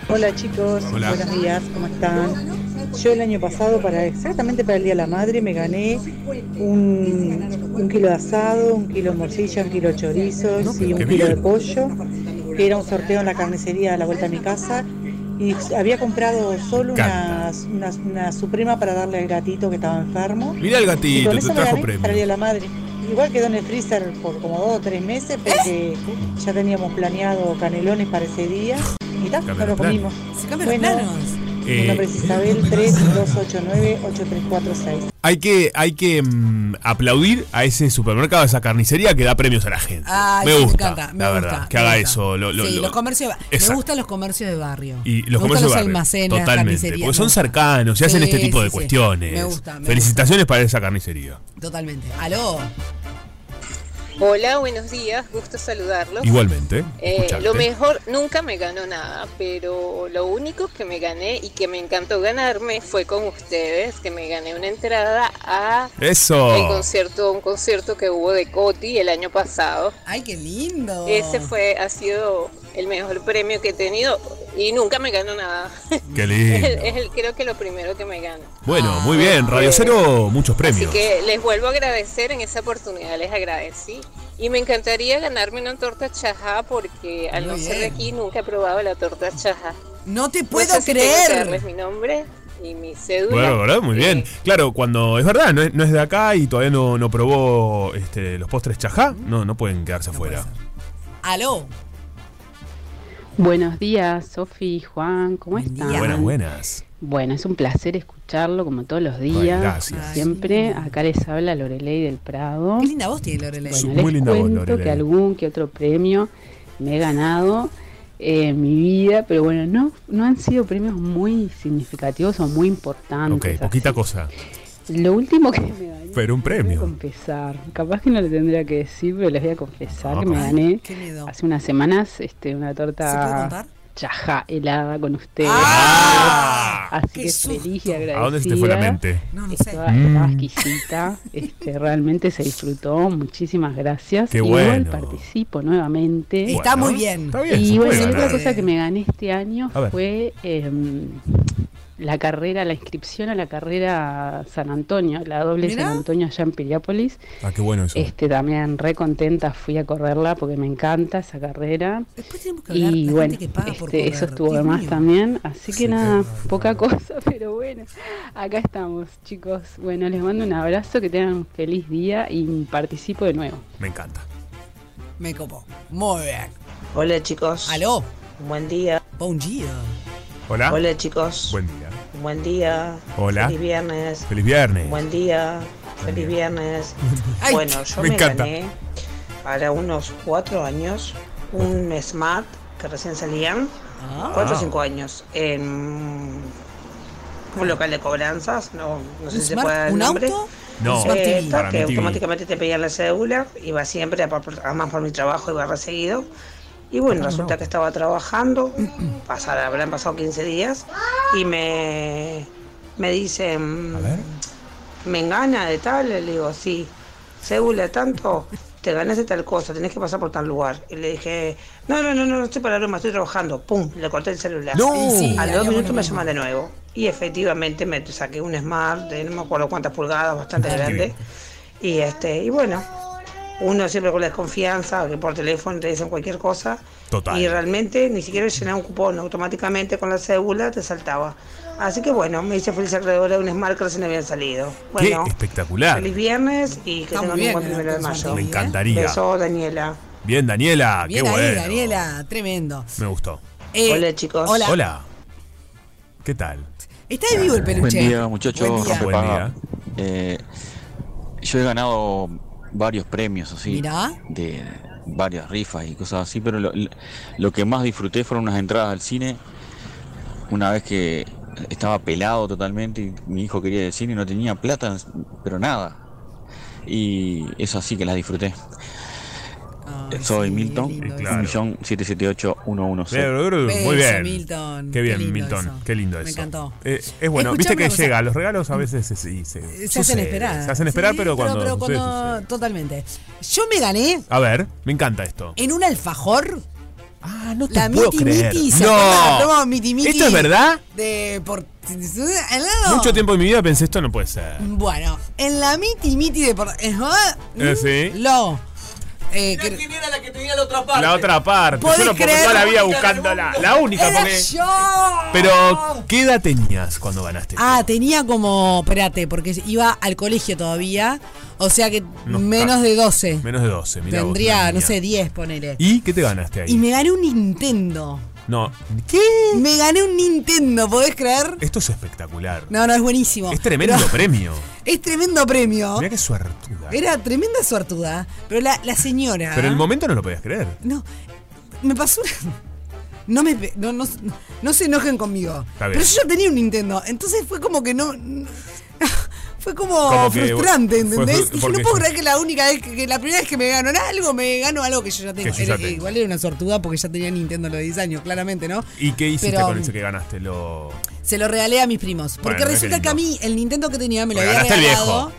Hola chicos, Hola. buenos días, ¿cómo están? Yo el año pasado, para exactamente para el Día de la Madre, me gané un, un kilo de asado, un kilo de morcilla, un kilo de chorizos y qué un kilo de bien. pollo. Era un sorteo en la carnicería a la vuelta de mi casa y había comprado solo una, Canta. una- una suprema para darle al gatito que estaba enfermo. Mira el Y gatito, con te eso me trajo gané para el Día de premio. la Madre. Igual quedó en el freezer por como dos o tres meses ¿Eh? porque ya teníamos planeado canelones para ese día. Y ta, Cambia no los lo planes. comimos. Se cambian los Bueno, planos. Mi nombre Eh, es Isabel 3289 8346. hay que, hay que mm, aplaudir a ese supermercado, a esa carnicería que da premios a la gente. Ay, me me gusta, encanta, me la gusta, verdad, me que haga gusta. eso. lo- lo- Sí, lo- los comercios de ba- Exacto. Me gustan los comercios de barrio. Y me los comercios gustan los de barrio. almacenes, las Totalmente, carnicerías, porque son ¿no? cercanos y hacen Sí, este tipo sí, de sí. cuestiones. Me gusta, me Felicitaciones para esa carnicería. Totalmente. Aló. Hola, buenos días, gusto saludarlos. Igualmente. Eh, escucharte. lo mejor, nunca me ganó nada, pero lo único que me gané y que me encantó ganarme fue con ustedes, que me gané una entrada a Eso. el concierto, un concierto que hubo de Coti el año pasado. Ay, qué lindo. Ese fue, ha sido el mejor premio que he tenido y nunca me ganó nada. Qué lindo. Es el- es el- creo que lo primero que me gano. Bueno, muy bien. Radio Cero, muchos premios. Así que les vuelvo a agradecer en esa oportunidad, les agradecí. Y me encantaría ganarme una torta chajá porque al no Muy ser de bien. aquí nunca he probado la torta chajá. No te No puedo sé si Pues tengo que creer. darles mi nombre y mi cédula. Bueno, ¿verdad? Muy bien. Claro, cuando es verdad, no es, no es de acá y todavía no, no probó este, los postres chajá, no, no pueden quedarse afuera. Aló. Buenos días, Sofi, Juan, ¿cómo están? Buenas, buenas. Bueno, es un placer escucharlo como todos los días. Ay, gracias. como Siempre acá les habla Lorelei del Prado. Qué linda voz tiene Lorelei. Bueno, les cuento que algún que otro premio me he ganado eh, en mi vida, pero bueno, no, no han sido premios muy significativos o muy Ok, importantes. poquita cosa. Lo último que me gané, Pero un voy a premio. confesar, capaz que no lo tendría que decir, pero les voy a confesar No, que me confes- gané Ah, Qué miedo. hace unas semanas este, una ¿Se puede torta contar? chajá helada con ustedes. Así Ah, ¡Qué que susto! feliz y agradecida. ¿A dónde se te fue la mente? No, no sé. Estaba, estaba Mm. exquisita, este, realmente se disfrutó, muchísimas gracias. Qué Y bueno. participo nuevamente. Está Bueno, muy bien. Está bien. se Y bueno, puede la otra ganar. cosa que me gané este año A ver. fue em, la carrera, la inscripción a la carrera San Antonio, la doble Mirá. San Antonio allá en Piriápolis. Ah, qué bueno eso. Eh. Este, también re contenta fui a correrla porque me encanta esa carrera. Después tenemos que hablar de Y la bueno, gente que paga por este, correr. eso estuvo de Dios más mío. también. Así que Sí, nada, es verdad. poca cosa, pero bueno, acá estamos, chicos. Bueno, les mando un abrazo, que tengan un feliz día y participo de nuevo. Me encanta. Me copó. Muy bien. Hola chicos. Aló. Buen día. Buen día. Hola. Hola chicos. Buen día. Buen día. Hola. Feliz viernes. Feliz viernes. Buen día. Feliz viernes. Ay, bueno, yo me me, encanta. gané para unos cuatro años un smart que recién salían. Ah. Cuatro o cinco años. En un local de cobranzas. No, no sé ¿Un, si se puede smart, dar el ¿Un nombre. auto? No, Smart Eh, TV. tal, Para que mi TV. automáticamente te pedían la cédula, iba siempre, apa- por- además por mi trabajo iba reseguido. Y bueno, resulta que estaba trabajando, pasar, habrán pasado 15 días, y me, me dicen, A ver. me engana de tal, le digo, sí, cédula tanto, te ganaste tal cosa, tenés que pasar por tal lugar. Y le dije, no, no, no, no, no estoy para broma, estoy trabajando, pum, le corté el celular. No. Sí, sí, A los haríamos dos lo minutos me mismo. llaman de nuevo. Y efectivamente me saqué un smart de no me acuerdo cuántas pulgadas, bastante Ah, qué grande. bien. Y este, y bueno, uno siempre con la desconfianza, que por teléfono te dicen cualquier cosa. Total. Y realmente ni siquiera llenar un cupón, automáticamente con la cédula te saltaba. Así que bueno, me hice feliz alrededor de un smart que recién habían salido. Qué Bueno, espectacular. feliz viernes y que Está muy tengan un bien, buen primero de Nato, mayo. Santi. Me bien. encantaría. Beso, Daniela. Bien, Daniela. Bien Ah, qué ahí, bueno. Daniela. Tremendo. Me gustó. Eh, Hola chicos. hola. Hola. ¿Qué tal? Está de vivo el peluche. Buen día, muchachos. Buen día. rompe paga. Buen Eh, yo he ganado varios premios así, Mirá. de varias rifas y cosas así, pero lo, lo que más disfruté fueron unas entradas al cine. Una vez que estaba pelado totalmente y mi hijo quería ir al cine y no tenía plata, pero nada. Y eso así que las disfruté. Ay, Soy sí, Milton, lindo Y eso. Eh, claro. 1.778.116. Bien, Muy Beso, bien. Milton. Qué bien, Qué lindo Milton. eso. Qué lindo Me eso. encantó. Eh, es bueno, viste Escuchame que una cosa. llega, los regalos a veces se, se, Se se- hacen sucede. esperar. Se hacen esperar, Sí, pero cuando. pero sucede, cuando- sucede. Totalmente. Yo me gané A ver, me encanta esto. en un alfajor. Ah, no La miti miti, ¿se acuerdan? La no. broma miti miti. ¿Esto es verdad? De por. al lado. Mucho tiempo en mi vida pensé esto no puede ser. Bueno, en la miti miti de por. ¿es verdad? Eh, sí. Mm, Lo. Eh, que- era la que tenía la otra parte? La otra parte. ¿Podés Yo no porque creer? toda la vida La única del buscándola. mundo. La única, ¡Era porque. yo! Pero, ¿qué edad tenías cuando ganaste? Ah, tenía como. Espérate, porque iba al colegio todavía. O sea que No, menos está- de 12. Menos de 12, mira. Tendría, no sé, 10, ponele. ¿Y qué te ganaste ahí? Y me gané un Nintendo. No, ¿Qué? Me gané un Nintendo, ¿podés creer? esto es espectacular. No, no, es buenísimo. Es tremendo Pero- premio. Es tremendo premio. Mirá qué suertuda. Era tremenda suertuda. Pero la, la señora. Pero en el momento no lo podías creer. Me pasó una. No, me, pe- no, no, no se enojen conmigo. Está bien. Pero yo ya tenía un Nintendo. Entonces fue como que no. Fue como, Como que frustrante, fue- ¿entendés? fue- Dije, porque- no puedo creer que la única vez que, que la primera vez que me gano en algo, me gano algo que yo ya tengo. yo ya Era- tengo. Igual era una sortuda porque ya tenía Nintendo a los 10 años, claramente, ¿no? ¿Y qué hiciste Pero, con eso que ganaste? Lo... Se lo regalé a mis primos. Porque Bueno, resulta qué que a mí el Nintendo que tenía me lo había Regalaste el regalado. viejo.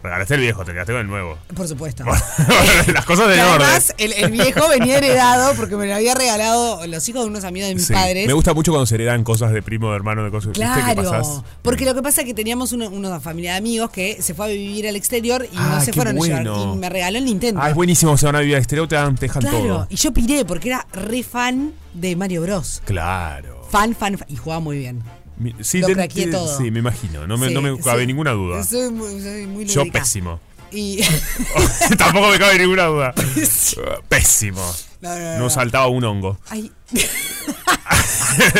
Regalaste el viejo, te quedaste con el nuevo. Por supuesto. Las cosas Y del orden. además, el, el viejo venía heredado porque me lo había regalado los hijos de unos amigos de mis Sí. padres. Me gusta mucho cuando se heredan cosas de primo, de hermano, de cosas. ¿viste? que pasás? Claro, porque lo que pasa es que teníamos una, una familia de amigos que se fue a vivir al exterior y Ah, no se qué fueron a bueno. llevar. Y me regaló el Nintendo. Ah, es buenísimo, se van a vivir al exterior, te dan, te dejan claro, todo. y yo piré porque era re fan de Mario Bros. Claro. Fan, fan, fan. Y jugaba muy bien. Mi- Sí, Lo te- craqueé te- todo. sí, me imagino. No me, Sí, no me cabe sí. ninguna duda. Soy muy, soy muy Yo lúdica. pésimo. Y. Tampoco me cabe ninguna duda. Eh, Pésimo. No, no, No, no, no. saltaba un hongo. Ay.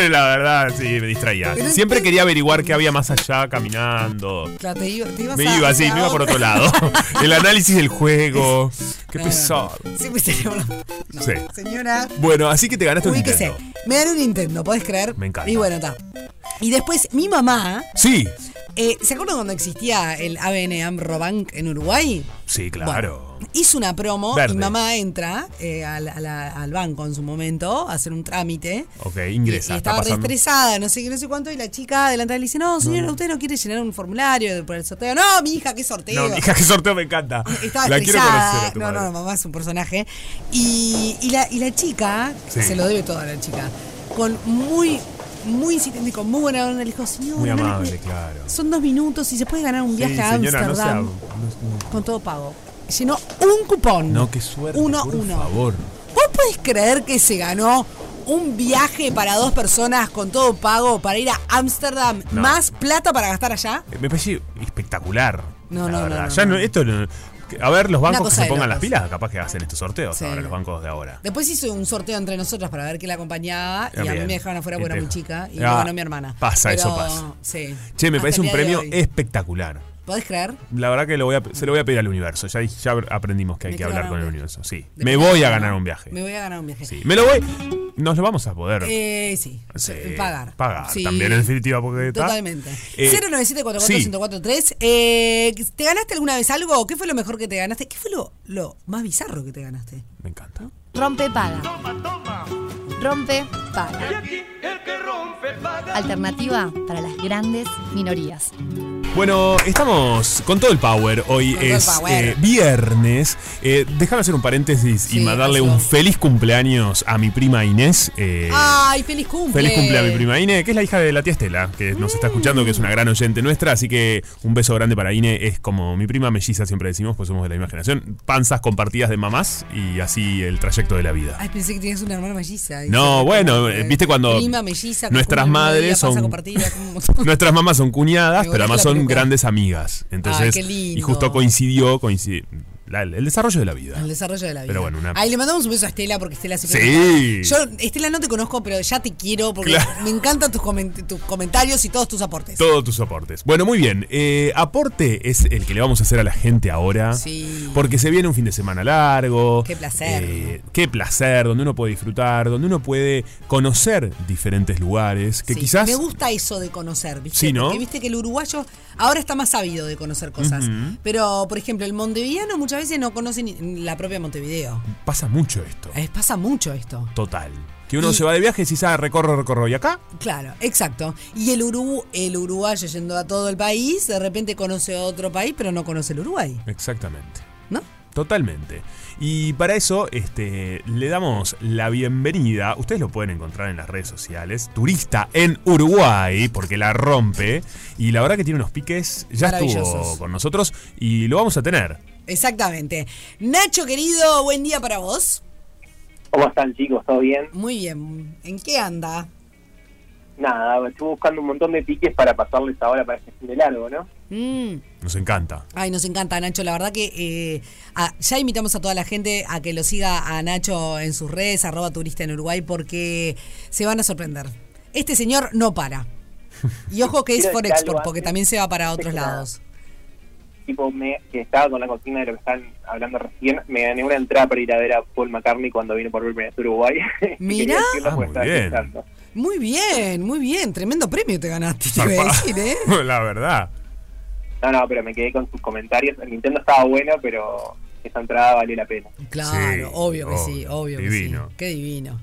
La verdad, sí, me distraía. Pero Siempre quería averiguar qué había más allá caminando. Claro, te iba, te ibas Me a- iba, sí, a me iba por otro lado. El análisis del juego. Qué pesado. Sí, pues, señora, Sí. Señora. Bueno, así que te ganaste un Ubíquese. Nintendo. Me dan un Nintendo, ¿podés creer? Me encanta. Y bueno, está. Y después, mi mamá. Sí. eh, ¿Se acuerdan cuando existía el ABN Amro Bank en Uruguay? Sí, claro. Hizo una promo Verde. y mamá entra eh, al, a la- al banco en su momento a hacer un trámite. Ok, ingresa. Y está estaba re pasando. estresada, no sé qué, no sé cuánto. Y la chica adelantada le dice: No, señora, usted no quiere llenar un formulario por el sorteo. No, mi hija, qué sorteo. No, mi hija, qué sorteo me encanta. Estaba La quiero estresada. conocer a tu no, madre. no, mamá es un personaje. Y, y la, y la chica, Sí. se lo debe todo a la chica, con muy, muy insistente y con muy buena onda, le dijo, señor, Muy no le- amable, claro. son dos minutos y se puede ganar un viaje Sí, a señora, no sea. Ámsterdam No, con todo pago. Llenó un cupón. no, qué suerte. Uno, por uno. favor. ¿Vos podés creer que se ganó un viaje para dos personas con todo pago para ir a Ámsterdam? No. ¿Más plata para gastar allá? Eh, Me parece espectacular. No, no, la no, verdad. no, Ya no. no- esto no- que- A ver, los Una bancos que cosa se de pongan las locos. pilas, capaz que hacen estos sorteos Sí. ahora, los bancos de ahora. Después hice un sorteo entre nosotras para ver quién la acompañaba y a mí Bien. me dejaron afuera porque era muy chica y Ah, no ganó mi hermana. pasa, Pero, eso pasa. Sí. Che, me Hasta parece el un día de premio e hoy. espectacular. ¿Podés creer? La verdad que lo voy a- se lo voy a pedir al universo. Ya, dije- ya aprendimos que hay Me que quiero hablar ganar un con el viaje. universo. Sí. De Me verdad. voy a ganar un viaje. Me voy a ganar un viaje. Sí. Me lo voy. Nos lo vamos a poder. Eh, sí. sí, pagar. Pagar. Sí. También en definitiva porque está- Totalmente. Eh, 097 1043 eh, ¿Te ganaste alguna vez algo? ¿Qué fue lo mejor que te ganaste? ¿Qué fue lo, lo más bizarro que te ganaste? Me encanta. Rompe paga. Rompe paga. Alternativa para las grandes minorías. Bueno, estamos con todo el power. Hoy Con todo el es power. eh, viernes. Eh, déjame hacer un paréntesis y mandarle un feliz cumpleaños a mi prima Inés. Eh, ¡Ay, feliz cumple! Feliz cumple a mi prima Ine, que es la hija de la tía Estela, que nos está escuchando, que es una gran oyente nuestra, así que un beso grande para Ine, es como mi prima melliza, siempre decimos, pues somos de la misma generación, panzas compartidas de mamás y así el trayecto de la vida. Ay, pensé que tenías una hermana melliza. No, bueno, eh, viste cuando Prima melliza. nuestras con una madres pasa son- compartida, como- Nuestras mamás son cuñadas, Me pero además volaste la son peluca. grandes amigas. Entonces, Ay, qué lindo. y justo coincidió, coincidi- la- el desarrollo de la vida. El desarrollo de la vida. Pero bueno, una- Ahí le mandamos un beso a Estela porque Estela se Sí. Yo, Estela, no te conozco, pero ya te quiero porque Claro. me encantan tus, coment- tus comentarios y todos tus aportes. Todos tus aportes. Bueno, muy bien. Eh, aporte es el que le vamos a hacer a la gente ahora. Sí. Porque se viene un fin de semana largo. Qué placer. Oh, Eh, qué placer, donde uno puede disfrutar, donde uno puede conocer diferentes lugares que Sí, quizás... Me gusta eso de conocer, ¿viste? Sí, ¿no? Porque viste que el uruguayo ahora está más sabido de conocer cosas. Ujú. Pero, por ejemplo, el montevideano muchas veces no conoce ni la propia Montevideo. Pasa mucho esto. Eh, pasa mucho esto. Total. Que uno se va de viaje y dice, ah, recorro, recorro. ¿Y acá? Claro, exacto. Y el, Urugu- el uruguayo yendo a todo el país, de repente conoce otro país, pero no conoce el Uruguay. Exactamente. ¿No? Totalmente. Y para eso este, le damos la bienvenida. Ustedes lo pueden encontrar en las redes sociales. Turista en Uruguay, porque la rompe. Y la verdad que tiene unos piques. Ya estuvo Maravillosos. con nosotros y lo vamos a tener. Exactamente. Nacho, querido, buen día para vos. ¿Cómo están chicos? ¿Todo bien? Muy bien. ¿En qué anda? nada, estoy buscando un montón de piques para pasarles ahora para este fin de largo, ¿no? Mm. Nos encanta. Ay, nos encanta, Nacho. La verdad que eh, a- ya invitamos a toda la gente a que lo siga a Nacho en sus redes, arroba turista en Uruguay, porque se van a sorprender. Este señor no para. Y ojo que es Quiero decir Forexport, algo porque antes. también se va para otros que nada. lados. Tipo, me, que estaba con la cocina de lo que están hablando recién, me gané una entrada para ir a ver a Paul McCartney cuando vino por primera vez a Uruguay. Mirá. Quería decirlo porque estaba Ah, bien. pensando. Muy bien, muy bien. Tremendo premio te ganaste, te voy a Zarpado. decir, ¿eh? La verdad. No, no, pero me quedé con sus comentarios. El Nintendo estaba bueno, pero esa entrada valió la pena. Claro, obvio que sí, obvio divino. que sí. Qué divino.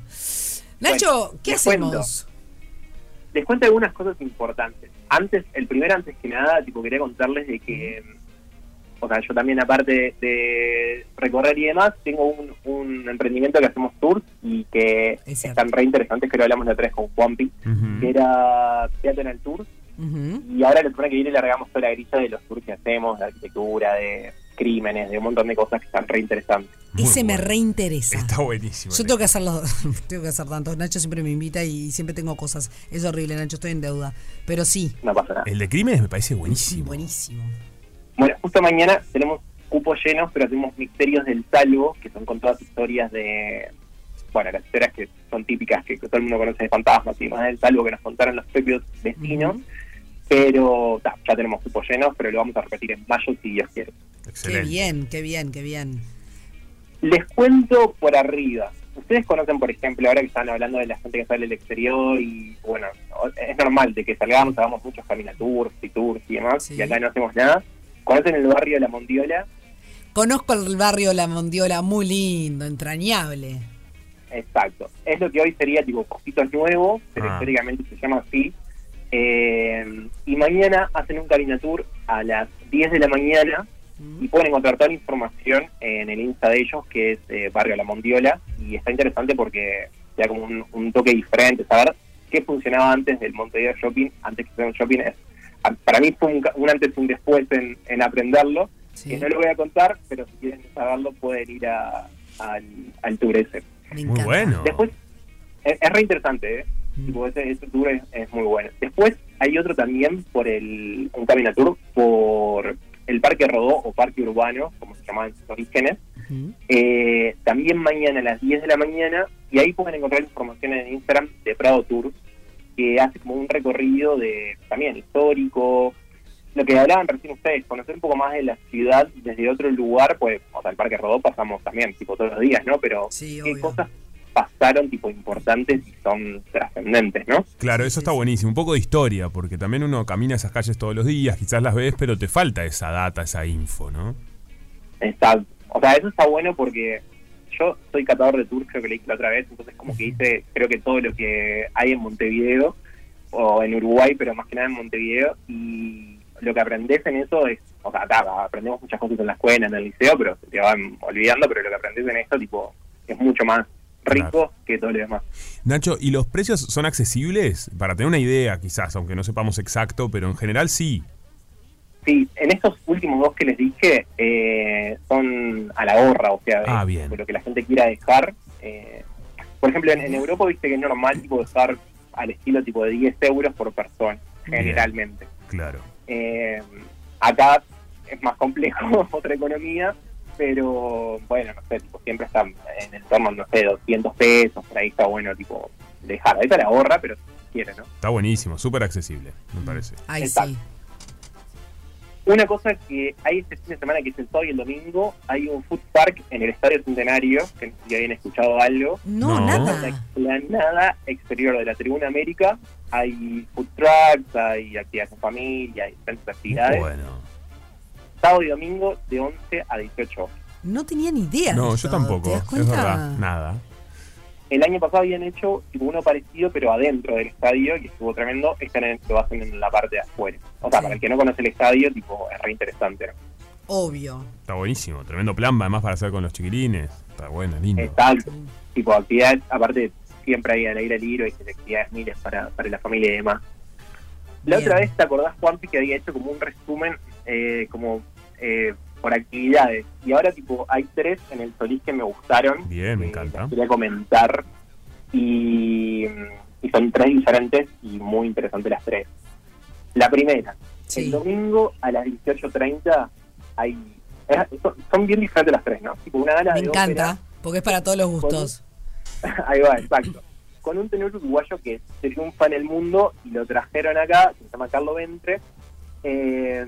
Nacho, ¿qué les cuento. hacemos? Les cuento algunas cosas importantes. Antes, el primero, antes que nada, tipo quería contarles de que, o sea, yo también aparte de recorrer y demás, tengo un, un emprendimiento que hacemos tours y que están re interesantes, que lo hablamos la otra vez con Juanpi, Mm. que era Teatro en el Tour. Y ahora la semana que viene largamos toda la grilla de los tours que hacemos, de arquitectura, de crímenes, de un montón de cosas que están re interesantes. Ese me reinteresa. Está buenísimo. Yo tengo que hacer los tengo que hacer tantos. Nacho siempre me invita y siempre tengo cosas. Es horrible, Nacho, estoy en deuda. Pero sí. No pasa nada. El de crímenes me parece buenísimo. Buenísimo. Bueno, justo mañana tenemos cupos llenos, pero tenemos misterios del salvo, que son con todas historias de. Bueno, las historias que son típicas, que, que todo el mundo conoce de fantasmas y demás del salvo que nos contaron los propios vecinos. Pero ta, ya tenemos cupos llenos, pero lo vamos a repetir en mayo si Dios quiere. Qué bien, qué bien, qué bien. Les cuento por arriba. Ustedes conocen, por ejemplo, ahora que están hablando de la gente que sale del exterior y, bueno, o- es normal de que salgamos, hagamos muchos caminatours y tours y demás, y acá no hacemos nada. ¿Conocen el barrio de La Mondiola? Conozco el barrio La Mondiola, muy lindo, entrañable. Exacto. Es lo que hoy sería tipo Cositos Nuevos, pero Ah. históricamente se llama así. Eh, y mañana hacen un caminatour a las 10 de la mañana y pueden encontrar toda la información en el Insta de ellos, que es eh, Barrio La Mondiola. Y está interesante porque te da como un, un toque diferente, saber qué funcionaba antes del Montevideo Shopping, antes que fuera un shopping. Es, a- para mí fue un, ca- un antes y un después en, en aprenderlo, que no lo voy a contar, pero si quieren saberlo pueden ir a- al, al tour ese. Muy bueno. Después, es, es re interesante, ¿eh? Tipo, ese, ese tour es, es muy bueno. Después hay otro también por el, un caminatour por el Parque Rodó o Parque Urbano, como se llamaba en sus orígenes. Eh, también mañana a las 10 de la mañana, y ahí pueden encontrar información en Instagram de Prado Tours, que hace como un recorrido de también histórico, lo que hablaban recién ustedes, conocer un poco más de la ciudad desde otro lugar, pues, o sea, el Parque Rodó pasamos también, tipo, todos los días, ¿no? Pero qué cosas pasaron, tipo, importantes y son trascendentes, ¿no? Claro, eso está buenísimo. Un poco de historia, porque también uno camina esas calles todos los días, quizás las ves, pero te falta esa data, esa info, ¿no? Está, o sea, eso está bueno porque yo soy catador de tours, creo que leí la otra vez, entonces como que hice, creo que todo lo que hay en Montevideo, o en Uruguay, pero más que nada en Montevideo, y lo que aprendes en eso es, o sea, ta, aprendemos muchas cosas en la escuela, en el liceo, pero se te van olvidando, pero lo que aprendes en esto, tipo, es mucho más rico que todo lo demás. Nacho, ¿y los precios son accesibles? Para tener una idea, quizás, aunque no sepamos exacto, pero en general sí. Sí, en estos últimos dos que les dije eh, son a la gorra, o sea, de- Ah, bien. de lo que la gente quiera dejar. eh. por ejemplo, en, en Europa viste que es normal tipo dejar al estilo tipo de 10 euros por persona, Bien. generalmente. Claro. Eh, acá es más complejo, otra economía, pero bueno, no sé, tipo, siempre está en el torno, no sé, 200 pesos, por ahí está bueno, tipo, dejar. Ahorita la gorra, pero si quiere, ¿no? Está buenísimo, súper accesible, me parece. Ahí sí. Una cosa que hay este fin de semana, que es el sábado y el domingo, hay un food park en el Estadio Centenario, que no sé si habían escuchado algo. No, No. nada. En la explanada exterior de la Tribuna América hay food trucks, hay actividades en familia, hay diferentes actividades. bueno. Sábado y domingo de 11 a 18 horas. No tenía ni idea. de No, esto, yo tampoco, ¿Te das es cuenta? verdad, nada. El año pasado habían hecho tipo, uno parecido, pero adentro del estadio, y estuvo tremendo. Este año lo hacen en la parte de afuera. O sea, para el que no conoce el estadio, tipo, es re interesante, ¿no? Obvio. Está buenísimo, tremendo plan además para hacer con los chiquilines. Está bueno, lindo. Exacto. Tipo, actividades, aparte, siempre hay al aire libre y actividades miles para, para la familia y demás. La otra vez, ¿te acordás, Juanpi, que había hecho como un resumen, eh, como eh, por actividades? Y ahora, tipo, hay tres en el Solís que me gustaron. Ah. Bien, me encanta. Quería comentar. Y, mm, y son tres diferentes y muy interesantes las tres. La primera, el domingo a las 18.30 hay... es- son- son bien diferentes las tres, ¿no? Tipo una gala Me de encanta, ópera. porque es para todos los gustos. Ahí va, exacto. Con un tenor uruguayo que se triunfa en el mundo y lo trajeron acá, se llama Carlo Ventre, eh,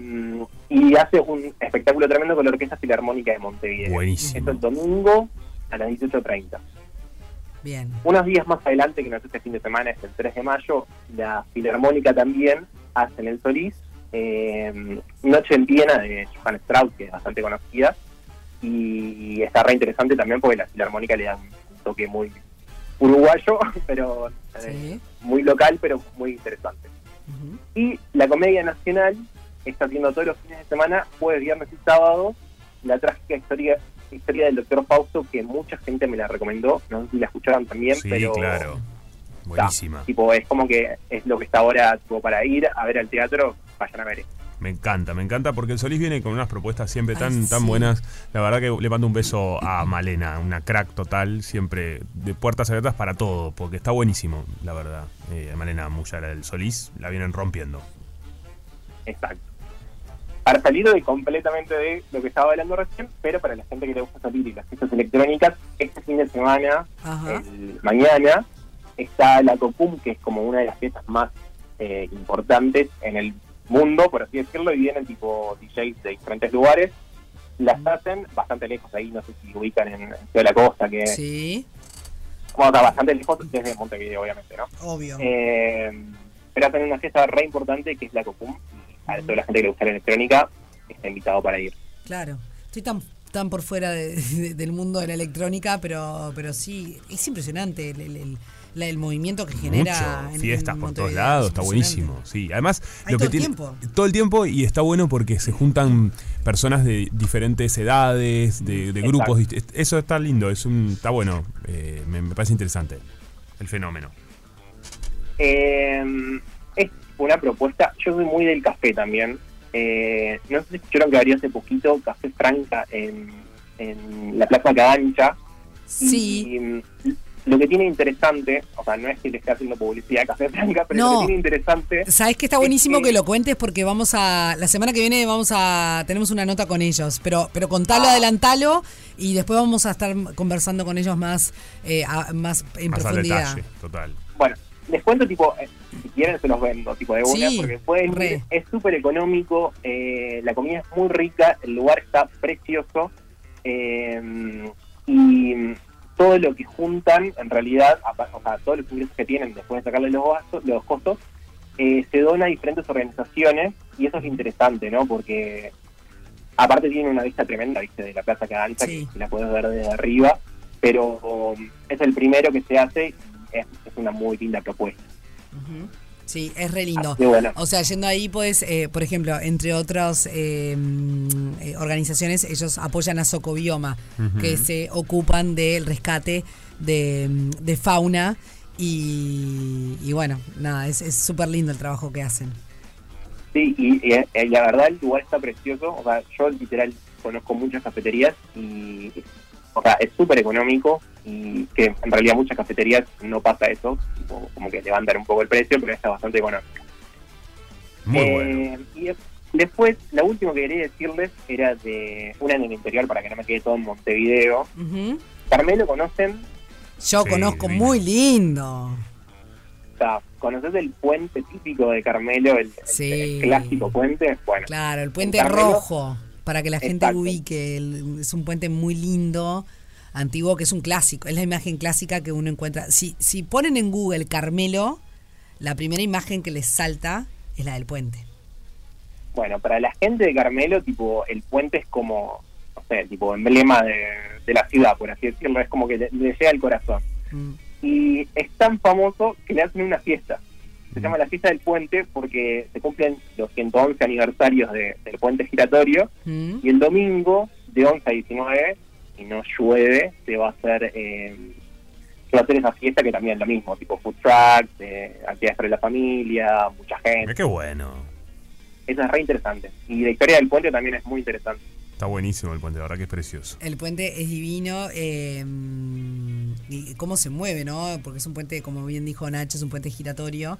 y hace un espectáculo tremendo con la Orquesta Filarmónica de Montevideo. Buenísimo. Esto es domingo a las 18.30. Bien. Unos días más adelante, que no es este fin de semana, es el 3 de mayo, la Filarmónica también hace en el Solís eh, Noche en Viena de Johann Strauss, que es bastante conocida, y está re interesante también porque la Filarmónica le da un toque muy uruguayo, pero eh, muy local, pero muy interesante. Y la Comedia Nacional está haciendo todos los fines de semana, jueves, viernes y sábado, la trágica historia historia del doctor Fausto, que mucha gente me la recomendó, no sé si la escucharon también, Sí, pero claro. Buenísima. tipo es como que es lo que está ahora tipo, para ir a ver al teatro, vayan a ver esto. Me encanta, me encanta porque el Solís viene con unas propuestas siempre Ay, tan, tan sí. buenas. La verdad que le mando un beso a Malena, una crack total, siempre de puertas abiertas para todo, porque está buenísimo, la verdad. Eh, Malena Mullara del Solís la vienen rompiendo. Exacto. Para salir de completamente de lo que estaba hablando recién, pero para la gente que le gusta salir y las fiestas electrónicas, este fin de semana, Ajá. el- mañana, está la COPUM, que es como una de las fiestas más eh, importantes en el mundo, por así decirlo, y vienen tipo DJs de diferentes lugares. Las hacen bastante lejos ahí, no sé si ubican en de la costa, que Sí. Bueno, está bastante lejos desde Montevideo, obviamente, ¿no? Obvio. Eh, pero hacen una fiesta re importante que es la COPUM. y A toda la gente que le gusta la electrónica está invitado para ir. Claro, estoy tan, tan por fuera de- de- del mundo de la electrónica, pero, pero sí, es impresionante el, el- el- la- el movimiento que genera. Mucho, en- fiestas en por todos Montevideo. lados, está Es buenísimo. Sí, además Hay todo lo que el tiene tiempo. todo el tiempo y está bueno porque se juntan personas de diferentes edades, de, de grupos, dist- eso está lindo, es un está bueno, eh, me, me parece interesante el fenómeno. Eh, es una propuesta. Yo soy muy del café también. Eh, no sé si escucharon que abrió hace poquito Café Franca en, en Eh, la Plaza Cagancha. Sí. lo que tiene interesante, o sea, no es que le esté haciendo publicidad a Café Franca, pero No. lo que tiene interesante. ¿Sabes que está es buenísimo que- que lo cuentes? Porque vamos a. La semana que viene vamos a. Tenemos una nota con ellos. Pero, pero contalo, adelantalo. Y después vamos a estar conversando con ellos más, eh, a- más en Más al profundidad. detalle, total. Bueno, les cuento, tipo, eh, si quieren se los vendo, tipo, de una, Sí, porque pueden ir, re. es súper económico, eh, la comida es muy rica, el lugar está precioso, eh, y todo lo que juntan, en realidad, apa- o sea, todos los ingresos que tienen después de sacarle los, gastos- los costos, eh, se dona a diferentes organizaciones, y eso es interesante, ¿no? Porque aparte tiene una vista tremenda, ¿viste? De la Plaza Caganza, que la puedes ver desde arriba, pero um, es el primero que se hace y es, es una muy linda propuesta. Ujú. Sí, es re lindo. Así que bueno. O sea, yendo ahí, pues, eh, por ejemplo, entre otras eh, mm, eh, organizaciones, ellos apoyan a Socobioma, Ujú. que se ocupan del rescate de, mm, de fauna. Y, y bueno, nada, es es súper lindo el trabajo que hacen. Sí, y, y- y la verdad el lugar está precioso, o sea, yo literal conozco muchas cafeterías y, o sea, es súper económico y que en realidad muchas cafeterías no pasa eso, tipo, como que levantan un poco el precio, pero está bastante económico. Muy Eh, bueno. Y de- después, la última que quería decirles era de una en el interior para que no me quede todo en Montevideo. Carmelo, ¿conocen? Yo conozco muy lindo. O sea, ¿conoces el puente típico de Carmelo, el, el- el clásico puente? Bueno, Claro, el puente Carmelo. rojo, para que la gente ubique. el- es un puente muy lindo, antiguo, que es un clásico. Es la imagen clásica que uno encuentra. Si, si ponen en Google Carmelo, la primera imagen que les salta es la del puente. bueno, para la gente de Carmelo, tipo, el puente es como, no sé, tipo, emblema de, de la ciudad, por así decirlo, es como que le, le llega al corazón. Mm. Y es tan famoso que le hacen una fiesta. Mm. Se llama la fiesta del puente porque se cumplen los 111 aniversarios de- del puente giratorio. Y el domingo, de 11 a 19, si no llueve, se va a hacer, eh, se va a hacer esa fiesta que también es lo mismo, tipo food trucks, eh, actividades para la familia, mucha gente. Qué bueno. Eso es re interesante. Y la historia del puente también es muy interesante. Está buenísimo el puente, la verdad que es precioso. El puente es divino. eh, y cómo se mueve, ¿no? Porque es un puente, como bien dijo Nacho, es un puente giratorio.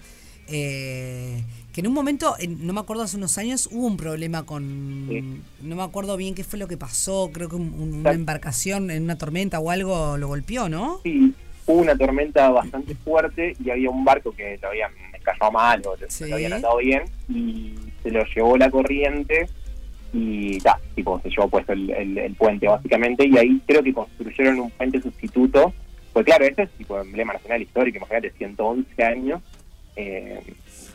eh, que en un momento, en- no me acuerdo, hace unos años hubo un problema con... Sí. No me acuerdo bien qué fue lo que pasó, creo que un- un- una embarcación en una tormenta o algo lo golpeó, ¿no? Sí, hubo una tormenta bastante fuerte y había un barco que lo habían cayó mal o lo- lo habían atado bien y se lo llevó la corriente y ta, tipo, se llevó puesto el, el- el puente básicamente y ahí creo que construyeron un puente sustituto. Pues claro, este es tipo emblema nacional histórico, imagínate, 111 años. Eh,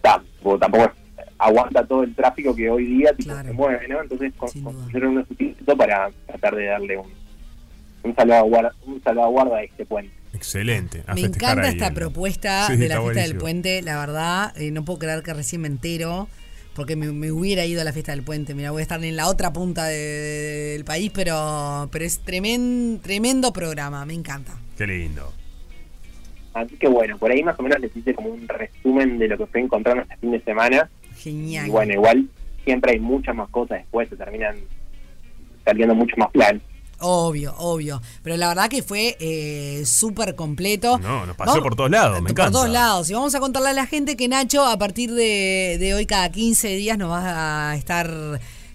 ta, tipo, tampoco es- aguanta todo el tráfico que hoy día tipo, se mueve, ¿no? Entonces con- construyeron un sustituto para tratar de darle un, un salvaguarda, un salvaguarda a este puente. Excelente. A Me festejar encanta ahí esta el- propuesta Sí, de está la fiesta del buenísimo. puente, la verdad, eh, no puedo creer que recién me entero, porque me, me hubiera ido a la fiesta del puente, mira, voy a estar en la otra punta de- del país, pero, pero es tremen- tremendo programa, me encanta. Qué lindo. Así que bueno, por ahí más o menos les hice como un resumen de lo que fue encontrando este fin de semana. Genial. Y bueno, igual siempre hay muchas más cosas después, se terminan saliendo muchos más planes. Obvio, obvio. Pero la verdad que fue eh, súper completo. No, nos pasó Vamos- por todos lados, me encanta. Por todos lados. Y vamos a contarle a la gente que Nacho, a partir de, de hoy, cada 15 días, nos va a estar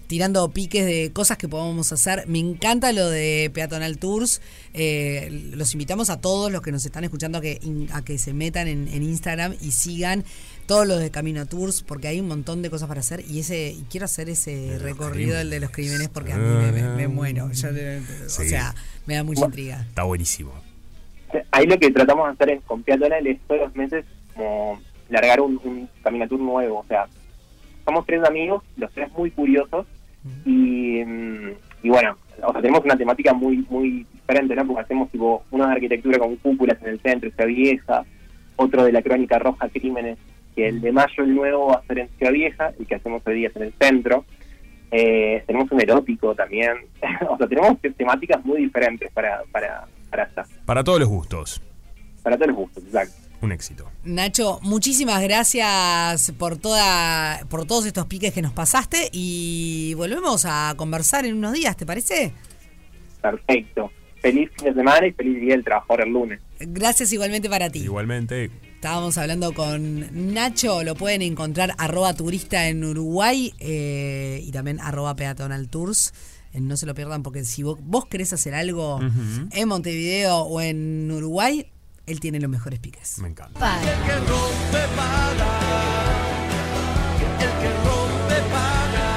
tirando piques de cosas que podamos hacer. Me encanta lo de Peatonal Tours. Eh, los invitamos a todos los que nos están escuchando a que, in- a que se metan en, en Instagram y sigan todos los de Camino Tours, porque hay un montón de cosas para hacer. Y ese y quiero hacer ese recorrido, el de los crímenes, porque a mí me, me- me muero. Yo- O Ah, Sí. sea, me da mucha intriga. Está buenísimo. Ahí lo que tratamos de hacer es, con Peatonal es todos los meses como largar un, un caminatur nuevo. O sea, somos tres amigos, los tres muy curiosos y, mm, y bueno, o sea, tenemos una temática muy muy diferente, ¿no? Porque hacemos tipo uno de arquitectura con cúpulas en el centro, Ciudad Vieja, otro de la crónica roja, crímenes, que el de mayo el nuevo va a ser en Ciudad Vieja, y que hacemos hoy día es en el centro. Eh, tenemos un erótico también, o sea, tenemos te- temáticas muy diferentes para, para, para, esta- Para todos los gustos. para todos los gustos, exacto. Un éxito. Nacho, muchísimas gracias por toda, por todos estos piques que nos pasaste y volvemos a conversar en unos días, ¿te parece? Perfecto. Feliz fin de semana y feliz día del trabajador el lunes. Gracias igualmente para ti. Igualmente, Estábamos hablando con Nacho, lo pueden encontrar arroba turista en Uruguay eh, y también arroba peatonal tours. Eh, No se lo pierdan porque si vos, vos querés hacer algo Ujú. en Montevideo o en Uruguay, él tiene los mejores piques. Me encanta. El que rompe paga. El que rompe paga.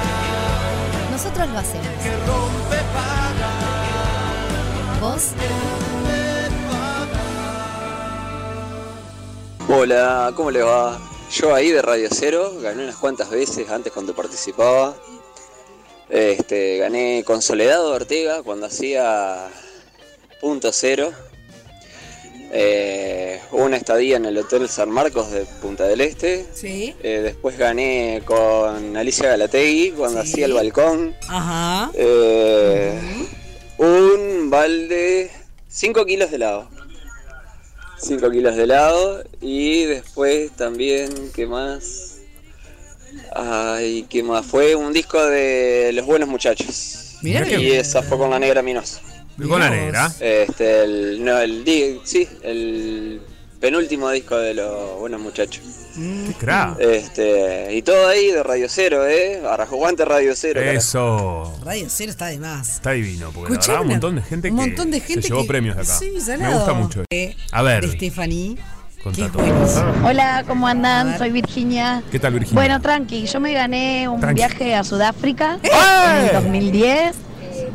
Nosotros lo hacemos. El que rompe paga. ¿Vos? Hola, ¿cómo les va? Yo ahí de Radio Cero, gané unas cuantas veces antes cuando participaba. Este, gané con Soledad Ortega cuando hacía punto cero. Eh, una estadía en el Hotel San Marcos de Punta del Este. Sí. Eh, después gané con Alicia Galategui cuando hacía el balcón. Ajá. Eh, un balde, 5 kilos de helado. 5 kilos de helado y después también, ¿qué más? Ay, ¿qué más? Fue un disco de Los Buenos Muchachos. Mirá y que- esa fue con la negra Minos. Con la negra. Este, el, no, el, di- sí, el penúltimo disco de Los Buenos Muchachos. Qué Ah. crack. Este, y todo ahí de Radio Cero, ¿eh? Arrajoguante Radio Cero. carajo. Eso. Radio Cero está de más. Está divino, porque la Escuchá verdad, un una- montón de gente un que montón de gente se llevó que- premios de acá. sí, Me salado. gusta mucho. Eh, A De ver, Stephanie. contá todo. Ah. Hola, ¿cómo andan? Soy Virginia. ¿Qué tal, Virginia? Bueno, tranqui, yo me gané un Tranqui. ¡Eh! viaje a Sudáfrica en el 2010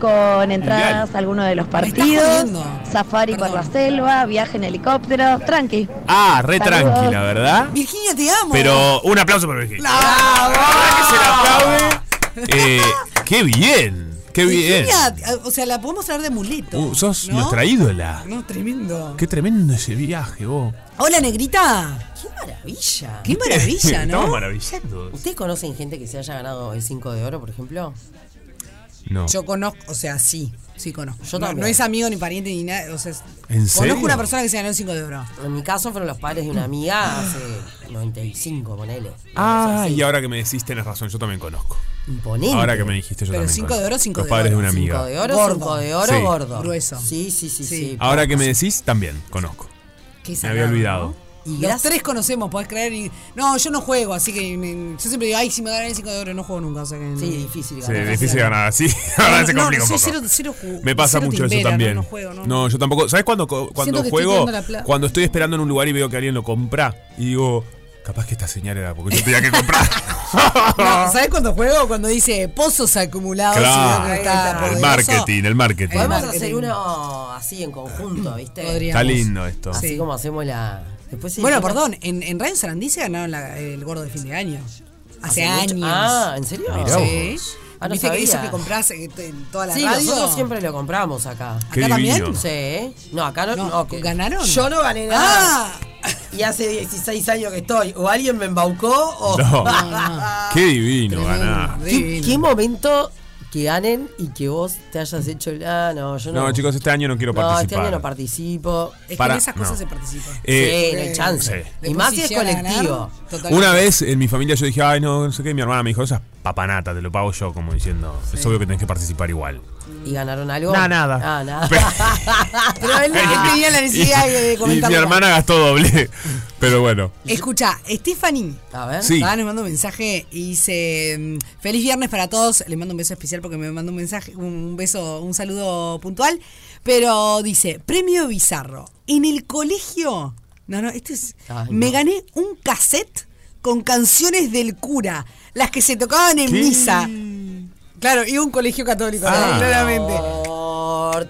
con entradas a alguno de los partidos, safari por la selva, viaje en helicóptero, tranqui. Ah, re Saludos. tranquila, ¿verdad? Virginia, te amo. Pero un aplauso para Virginia. Eh, ¡Qué bien! ¡Qué bien! Virginia, eh, o sea, la podemos traer de muleto. Uh, sos ¿no? nuestra ídola. No, tremendo. ¡Qué tremendo ese viaje, vos! Hola, negrita. Qué maravilla. Qué maravilla, Estamos ¿no? maravillando. ¿Ustedes conocen gente que se haya ganado el 5 de oro, por ejemplo? No. Yo conozco, o sea, sí, sí conozco. Yo no, también. no es amigo ni pariente ni nada. O sea, es- ¿En serio? conozco una persona que se ganó el 5 de oro. Ah, En mi caso fueron los padres de una amiga Ah, hace 95, ponele. Ah, y ahora que me decís, tenés razón, yo también conozco. imponente. Ahora que me dijiste yo Pero también. cinco Cori. de oro, cinco Los de padres oro. de una amiga. Cinco de oro, Gordo. cinco de oro, Sí. gordo. Grueso. Sí, sí, sí, sí. Ahora que me decís, también conozco. Qué Me había salado, olvidado. Los tres conocemos, podés creer. y- no, yo no juego, así que me- yo siempre digo, ay, si me ganan el 5 de oro, no juego nunca. O sea que no. Sí, difícil Sí, difícil ganar, sí. Ahora se no, complica no, un soy poco. cero- cero ju- me pasa cero mucho eso timbera, también. No, no juego, no. yo tampoco. ¿Sabes cuando, co- cuando Siento que estoy juego? tirando la pla- cuando estoy esperando en un lugar y veo que alguien lo compra y digo, capaz que esta señal era porque yo tenía que comprar. No, ¿Sabes cuando juego? Cuando dice pozos acumulados. Claro, y Ah, está el poderoso. marketing, el marketing. Podemos marketing. hacer uno así en conjunto, ¿viste? Está lindo esto. Así Sí. como hacemos la. Después se Bueno, disfruta- perdón, en, en Radio Sarandí se ganaron la- el gordo de fin de año. Hace, Hace años. mucho- Ah, ¿en serio? Mirá Sí. vos. Ah, no Viste que sabía. eso que compras eh, te- en toda la Sí, radio. nosotros siempre lo compramos acá. Qué ¿Acá también? divino. Sí. No, acá no. no, que- ¿Ganaron? Ah. Yo no gané nada. Y hace 16 años que estoy. O alguien me embaucó o. No. Qué divino ganar. ¿Qué, qué momento que ganen y que vos te hayas hecho el. Ah, no, yo no. No, chicos, este año no quiero No, este participar. año no participo. que en Para- esas cosas no. se participa. Eh, sí, no hay chance. sí. Y más si es Después si llegan a colectivo. ganar, Una vez en mi familia yo dije, ay, no, no sé qué. y Mi hermana me dijo, esas papanatas, te lo pago yo, como diciendo, es obvio que tenés que participar igual. ¿Y ganaron algo? No, nada. Ah, nada. Pero él no tenía la necesidad Y- de y mi comentarlo. hermana gastó doble. Pero bueno. Escucha, Stephanie. A ver. Sí. nos mandó un mensaje y dice: mm, Feliz viernes para todos. Le mando un beso especial porque me mandó un mensaje, un beso, un saludo puntual. Pero dice: Premio bizarro. En el colegio. No, no, este es. Ay, me no. gané un cassette con canciones del cura, las que se tocaban en ¿Qué? misa. Claro, y un colegio católico, Ah. claramente.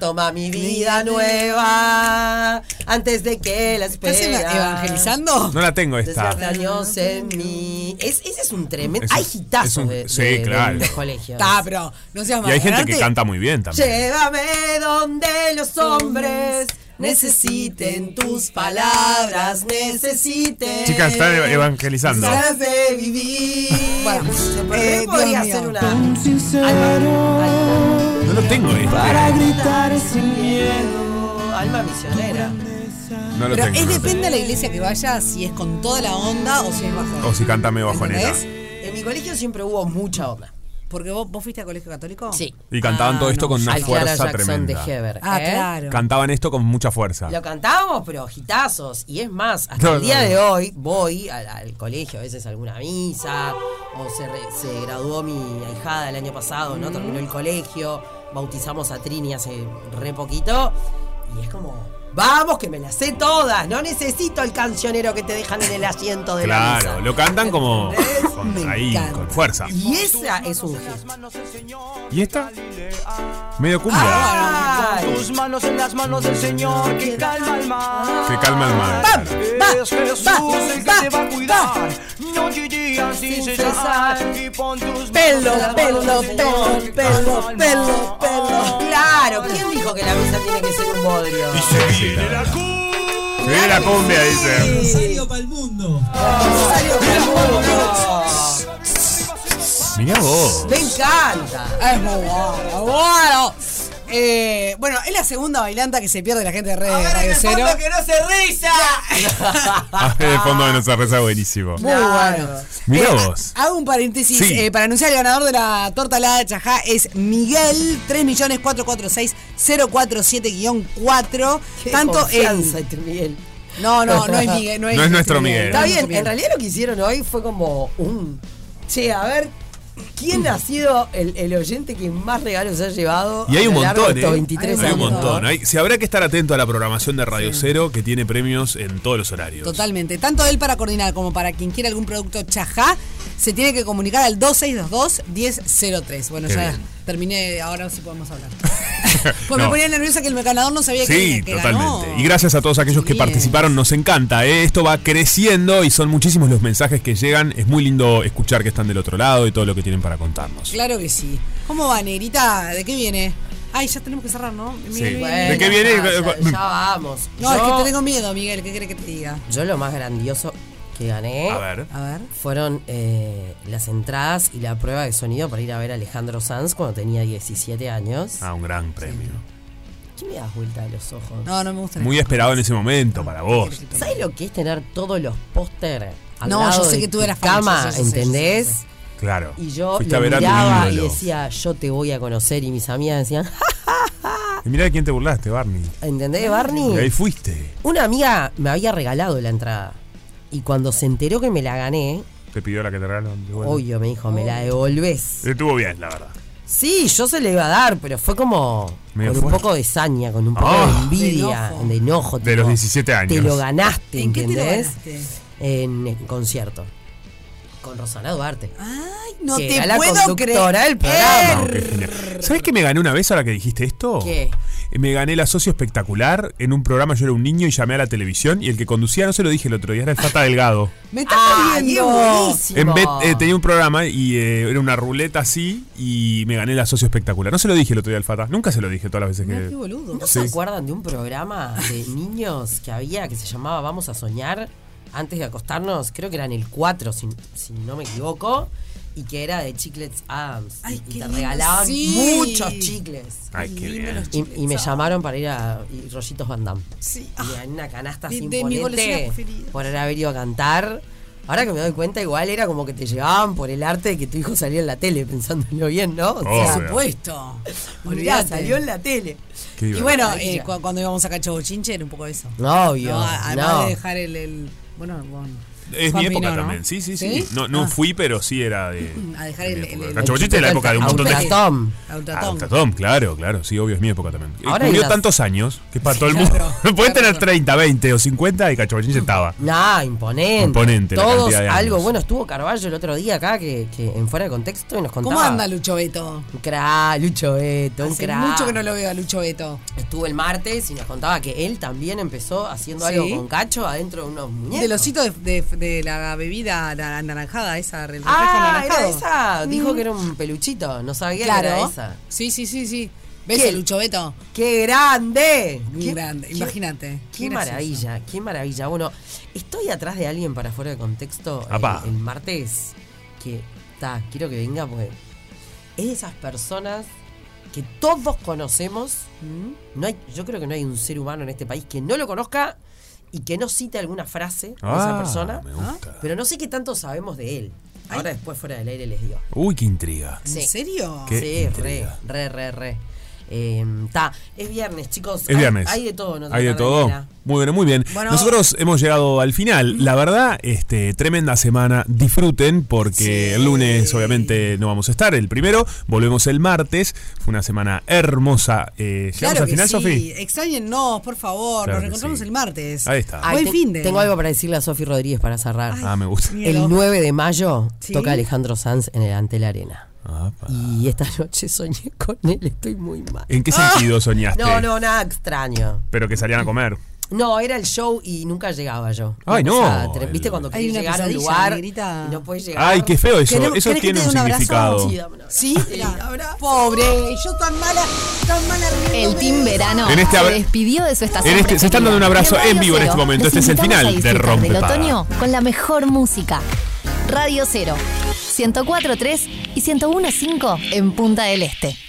Toma mi vida nueva antes de que la ¿Estás espera. evangelizando? No la tengo esta. Desgasta años en mí. Es- ese es un tremendo. Es un- hay gitazos es un- de, sí, de- de- claro. de los colegios. Está, pero no seas Y hay gente que maganarte. canta muy bien también. Llévame donde los hombres necesiten tus palabras, necesiten. Chicas, están ev- evangelizando. ganas de vivir. Bueno, eh, podría Dios hacer mío. una. No lo tengo este. gritar sin miedo. Alma misionera. No lo Pero tengo. es no lo depende de la iglesia que vayas, si es con toda la onda o si es bajo. tengo. O si canta medio bajonera. ¿Entendés? En mi colegio siempre hubo mucha onda. Porque vos, vos fuiste a colegio católico? Sí. Y cantaban todo esto con una Al Clara fuerza Jackson tremenda. de Heber, Ah, ¿eh? claro. Cantaban esto con mucha fuerza. Lo cantábamos, pero gitazos. Y es más, hasta No, el día no, no. de hoy voy al, al colegio, a veces a alguna misa, o se, re- se graduó mi ahijada el año pasado, ¿no? Terminó Mm. el colegio, bautizamos a Trini hace re poquito, y es como, vamos que me las sé todas, no necesito el cancionero que te dejan en el asiento de la Claro, misa. lo cantan como con- Me ahí, encanta. con fuerza. Y esa es un gesto. ¿Y esta? Medio Ah, cumbia. Ay. Tus manos en las manos del Señor que calma el mar. Que calma el mar. Es Jesús el que te va a cuidar. No chillan sin cesar. Y pon tus Pelo, manos en las pelo, manos del pelo, Señor que calma pelo, el pelo, pelo. Ah, Oh. Claro, ¿quién dijo que la misa tiene que ser un bodrio? Se viene la cumbia, dice. Rosario para el mundo. Mirá vos. Me encanta. Es muy bueno, bueno. Eh, bueno, es la segunda bailanta que se pierde la gente de Red Radio Cero. que no se risa! Ah, de fondo de nuestra reza buenísimo. Muy bueno. Mirá Eh, vos. Hago un paréntesis Sí. eh, para anunciar el ganador de la torta helada de Chajá es Miguel 3.446.047-4. Tanto en. Miguel. No, no, no es Miguel. No es, No es nuestro Miguel. Está bien, en realidad lo que hicieron hoy fue como un. Che, a ver, ¿quién ha sido el, el oyente que más regalos ha llevado? Y hay a un lo largo montón, de estos ¿eh? 23 Hay un años? montón. Hay- si habrá que estar atento a la programación de Radio Cero, que tiene premios en todos los horarios. Totalmente. Tanto él para coordinar como para quien quiera algún producto chajá, se tiene que comunicar al 2622-1003. Bueno, Qué ya bien. terminé, ahora sí podemos hablar. pues me No. ponía nerviosa que el ganador no sabía Sí, que, que ganó. totalmente. Y gracias a todos aquellos que participaron, nos encanta. ¿eh? Esto va creciendo y son muchísimos los mensajes que llegan. Es muy lindo escuchar que están del otro lado y todo lo que tienen para contarnos. Claro que sí. ¿Cómo va, negrita? ¿De qué viene? Ay, ya tenemos que cerrar, ¿no? Miguel, Sí. viene. ¿De qué viene? Ya, ya vamos. No, Ah, Yo- es que te tengo miedo, Miguel. ¿Qué crees que te diga? Yo lo más grandioso que gané A ver. fueron eh, las entradas y la prueba de sonido para ir a ver a Alejandro Sanz cuando tenía 17 años. Ah, un gran premio. ¿Qué me das vuelta de los ojos? No, no me gusta. Muy esperado en ese momento para vos. ¿Sabes lo que es tener todos los póster al No, lado yo sé de que tú tu eras fan, cama, yo sé, yo sé, entendés? Claro. Y yo Fuiste lo a ver a tu miraba y ídolo. decía, yo te voy a conocer. Y mis amigas decían, "Ja, Y mirá de quién te burlaste, Barney. ¿entendés, "Ah". Barney? Y ahí fuiste. Una amiga me había regalado la entrada. Y cuando se enteró que me la gané, Te pidió la que te regalaron. de vuelta. Eh, obvio, me dijo, me la devolvés. Estuvo bien, la verdad. Sí, yo se le iba a dar, pero fue como Medio con un fuerte. poco de saña, con un poco Ah. de envidia, de enojo. De los 17 años. Te lo ganaste, ¿En qué te lo ¿entendés? ganaste? En el concierto. Con Rosana Duarte. Ay, no que te era la puedo conductora creer. del programa. No, qué genial. ¿Sabés que me gané una vez ahora que dijiste esto? ¿Qué? Eh, Me gané la socio espectacular. En un programa yo era un niño y llamé a la televisión. Y el que conducía, no se lo dije el otro día, era el Fata Delgado. Me está viendo. En Bet- eh, tenía un programa y eh, era una ruleta así. Y me gané la socio espectacular. No se lo dije el otro día al Fata. Nunca se lo dije todas las veces que. ¿No se Sí. acuerdan de un programa de niños que había que se llamaba Vamos a soñar antes de acostarnos? Creo que eran el 4, si, si no me equivoco. Y que era de Chiclets Adams. y- y qué te lindo, regalaban sí. muchos chicles. Ay, qué bien. Y, y me llamaron para ir a y Rollitos Van Damme. Y en una canasta Ah, de- sin de mi golosina preferida. por haber ido a cantar. Ahora que me doy cuenta, igual era como que te llevaban por el arte de que tu hijo salía en la tele, pensándolo bien, ¿no? O Obvio. sea, Puesto. mirá, Olvídate. salió en la tele. Qué Y divertido. bueno, eh, cu- cuando íbamos a Cacho Bochinche era un poco eso. No, obvio, A- Además no. de dejar el. el- bueno, bueno. Es mi Juanpi época no, ¿no? también. Sí, sí, sí. No, no Ah. fui, pero sí era de. A dejar el. el, el- Nacho Bochete es la época de un montón de Ah, Autotom. Autotom. Autotom, claro, claro, sí, obvio, es mi época también. Eh, Ahora Cumplió hay las- tantos años que para todo el mundo. Puedes tener 30, 20 o 50 y Cachobachín Mm. se estaba. Nah, imponente. Imponente la Todos cantidad de años. algo. Bueno, estuvo Carballo el otro día acá que, que en fuera de contexto y nos contaba. ¿Cómo anda Lucho Beto? Un crack, Lucho Beto, un Hace crack. mucho que no lo veo a Lucho Beto. Estuvo el martes y nos contaba que él también empezó haciendo Sí. algo con Cacho adentro de unos muñecos. Del osito de, de- de la bebida la anaranjada, esa, el refresco Ah, era anaranjado. esa. Dijo Mm. que era un peluchito. No sabía que era Claro. esa. Sí, sí, sí, sí. ¿Ves ¿Qué? el Lucho Beto? ¡Qué grande! Un grande, imagínate. Qué, gracioso. maravilla, qué maravilla. Bueno, estoy atrás de alguien para fuera de contexto el, Apá. el martes. Que está, quiero que venga porque es de esas personas que todos conocemos. Mm. No hay, yo creo que no hay un ser humano en este país que no lo conozca y que no cite alguna frase de esa Ah, persona. me gusta. Pero no sé qué tanto sabemos de él. Ahora después fuera del aire les digo. Uy, qué intriga. ¿En serio? Qué sí, re, intriga. re, re, re. Está, es viernes, chicos. Es Hay- viernes. Eh, Hay, de todo, ¿no? Hay de todo. Muy bien, muy bien. Bueno. Nosotros hemos llegado al final. La verdad, este, tremenda semana. Disfruten porque el lunes obviamente no vamos a estar, el primero. Volvemos el martes. Fue una semana hermosa. Eh, ¿Llegamos Claro al que final, sí. Sofi? Extrañennos, por favor. Nos Claro que reencontramos sí. el martes. Ahí está. Buen te- fin de. Tengo algo para decirle a Sofi Rodríguez para cerrar. Ah, me gusta. El 9 de mayo Sí. toca Alejandro Sanz en el Antel Arena. Y esta noche soñé con él, estoy muy mal. Ah. ¿En qué sentido soñaste? No, no, nada extraño. Pero que salían a comer. No, era el show y nunca llegaba yo. Ay, Una no. cosa tre- ¿Viste cuando Hay querés una llegar a un pesadilla, lugar negrita. y no puedes llegar? Ay, qué feo eso. ¿Queremos- Eso querés que tiene te dé un un abrazo? significado. Sí, dame un Sí, pobre. Yo tan mala, tan mala. El Team Verano En este se abra- despidió de su estación. en este- se están dando un abrazo preferida. en vivo en Radio este momento. Los Este es el invitamos final a de disfrutar Rompe del Paga. otoño con la mejor música. Radio Cero, 104.3 y 101.5 en Punta del Este.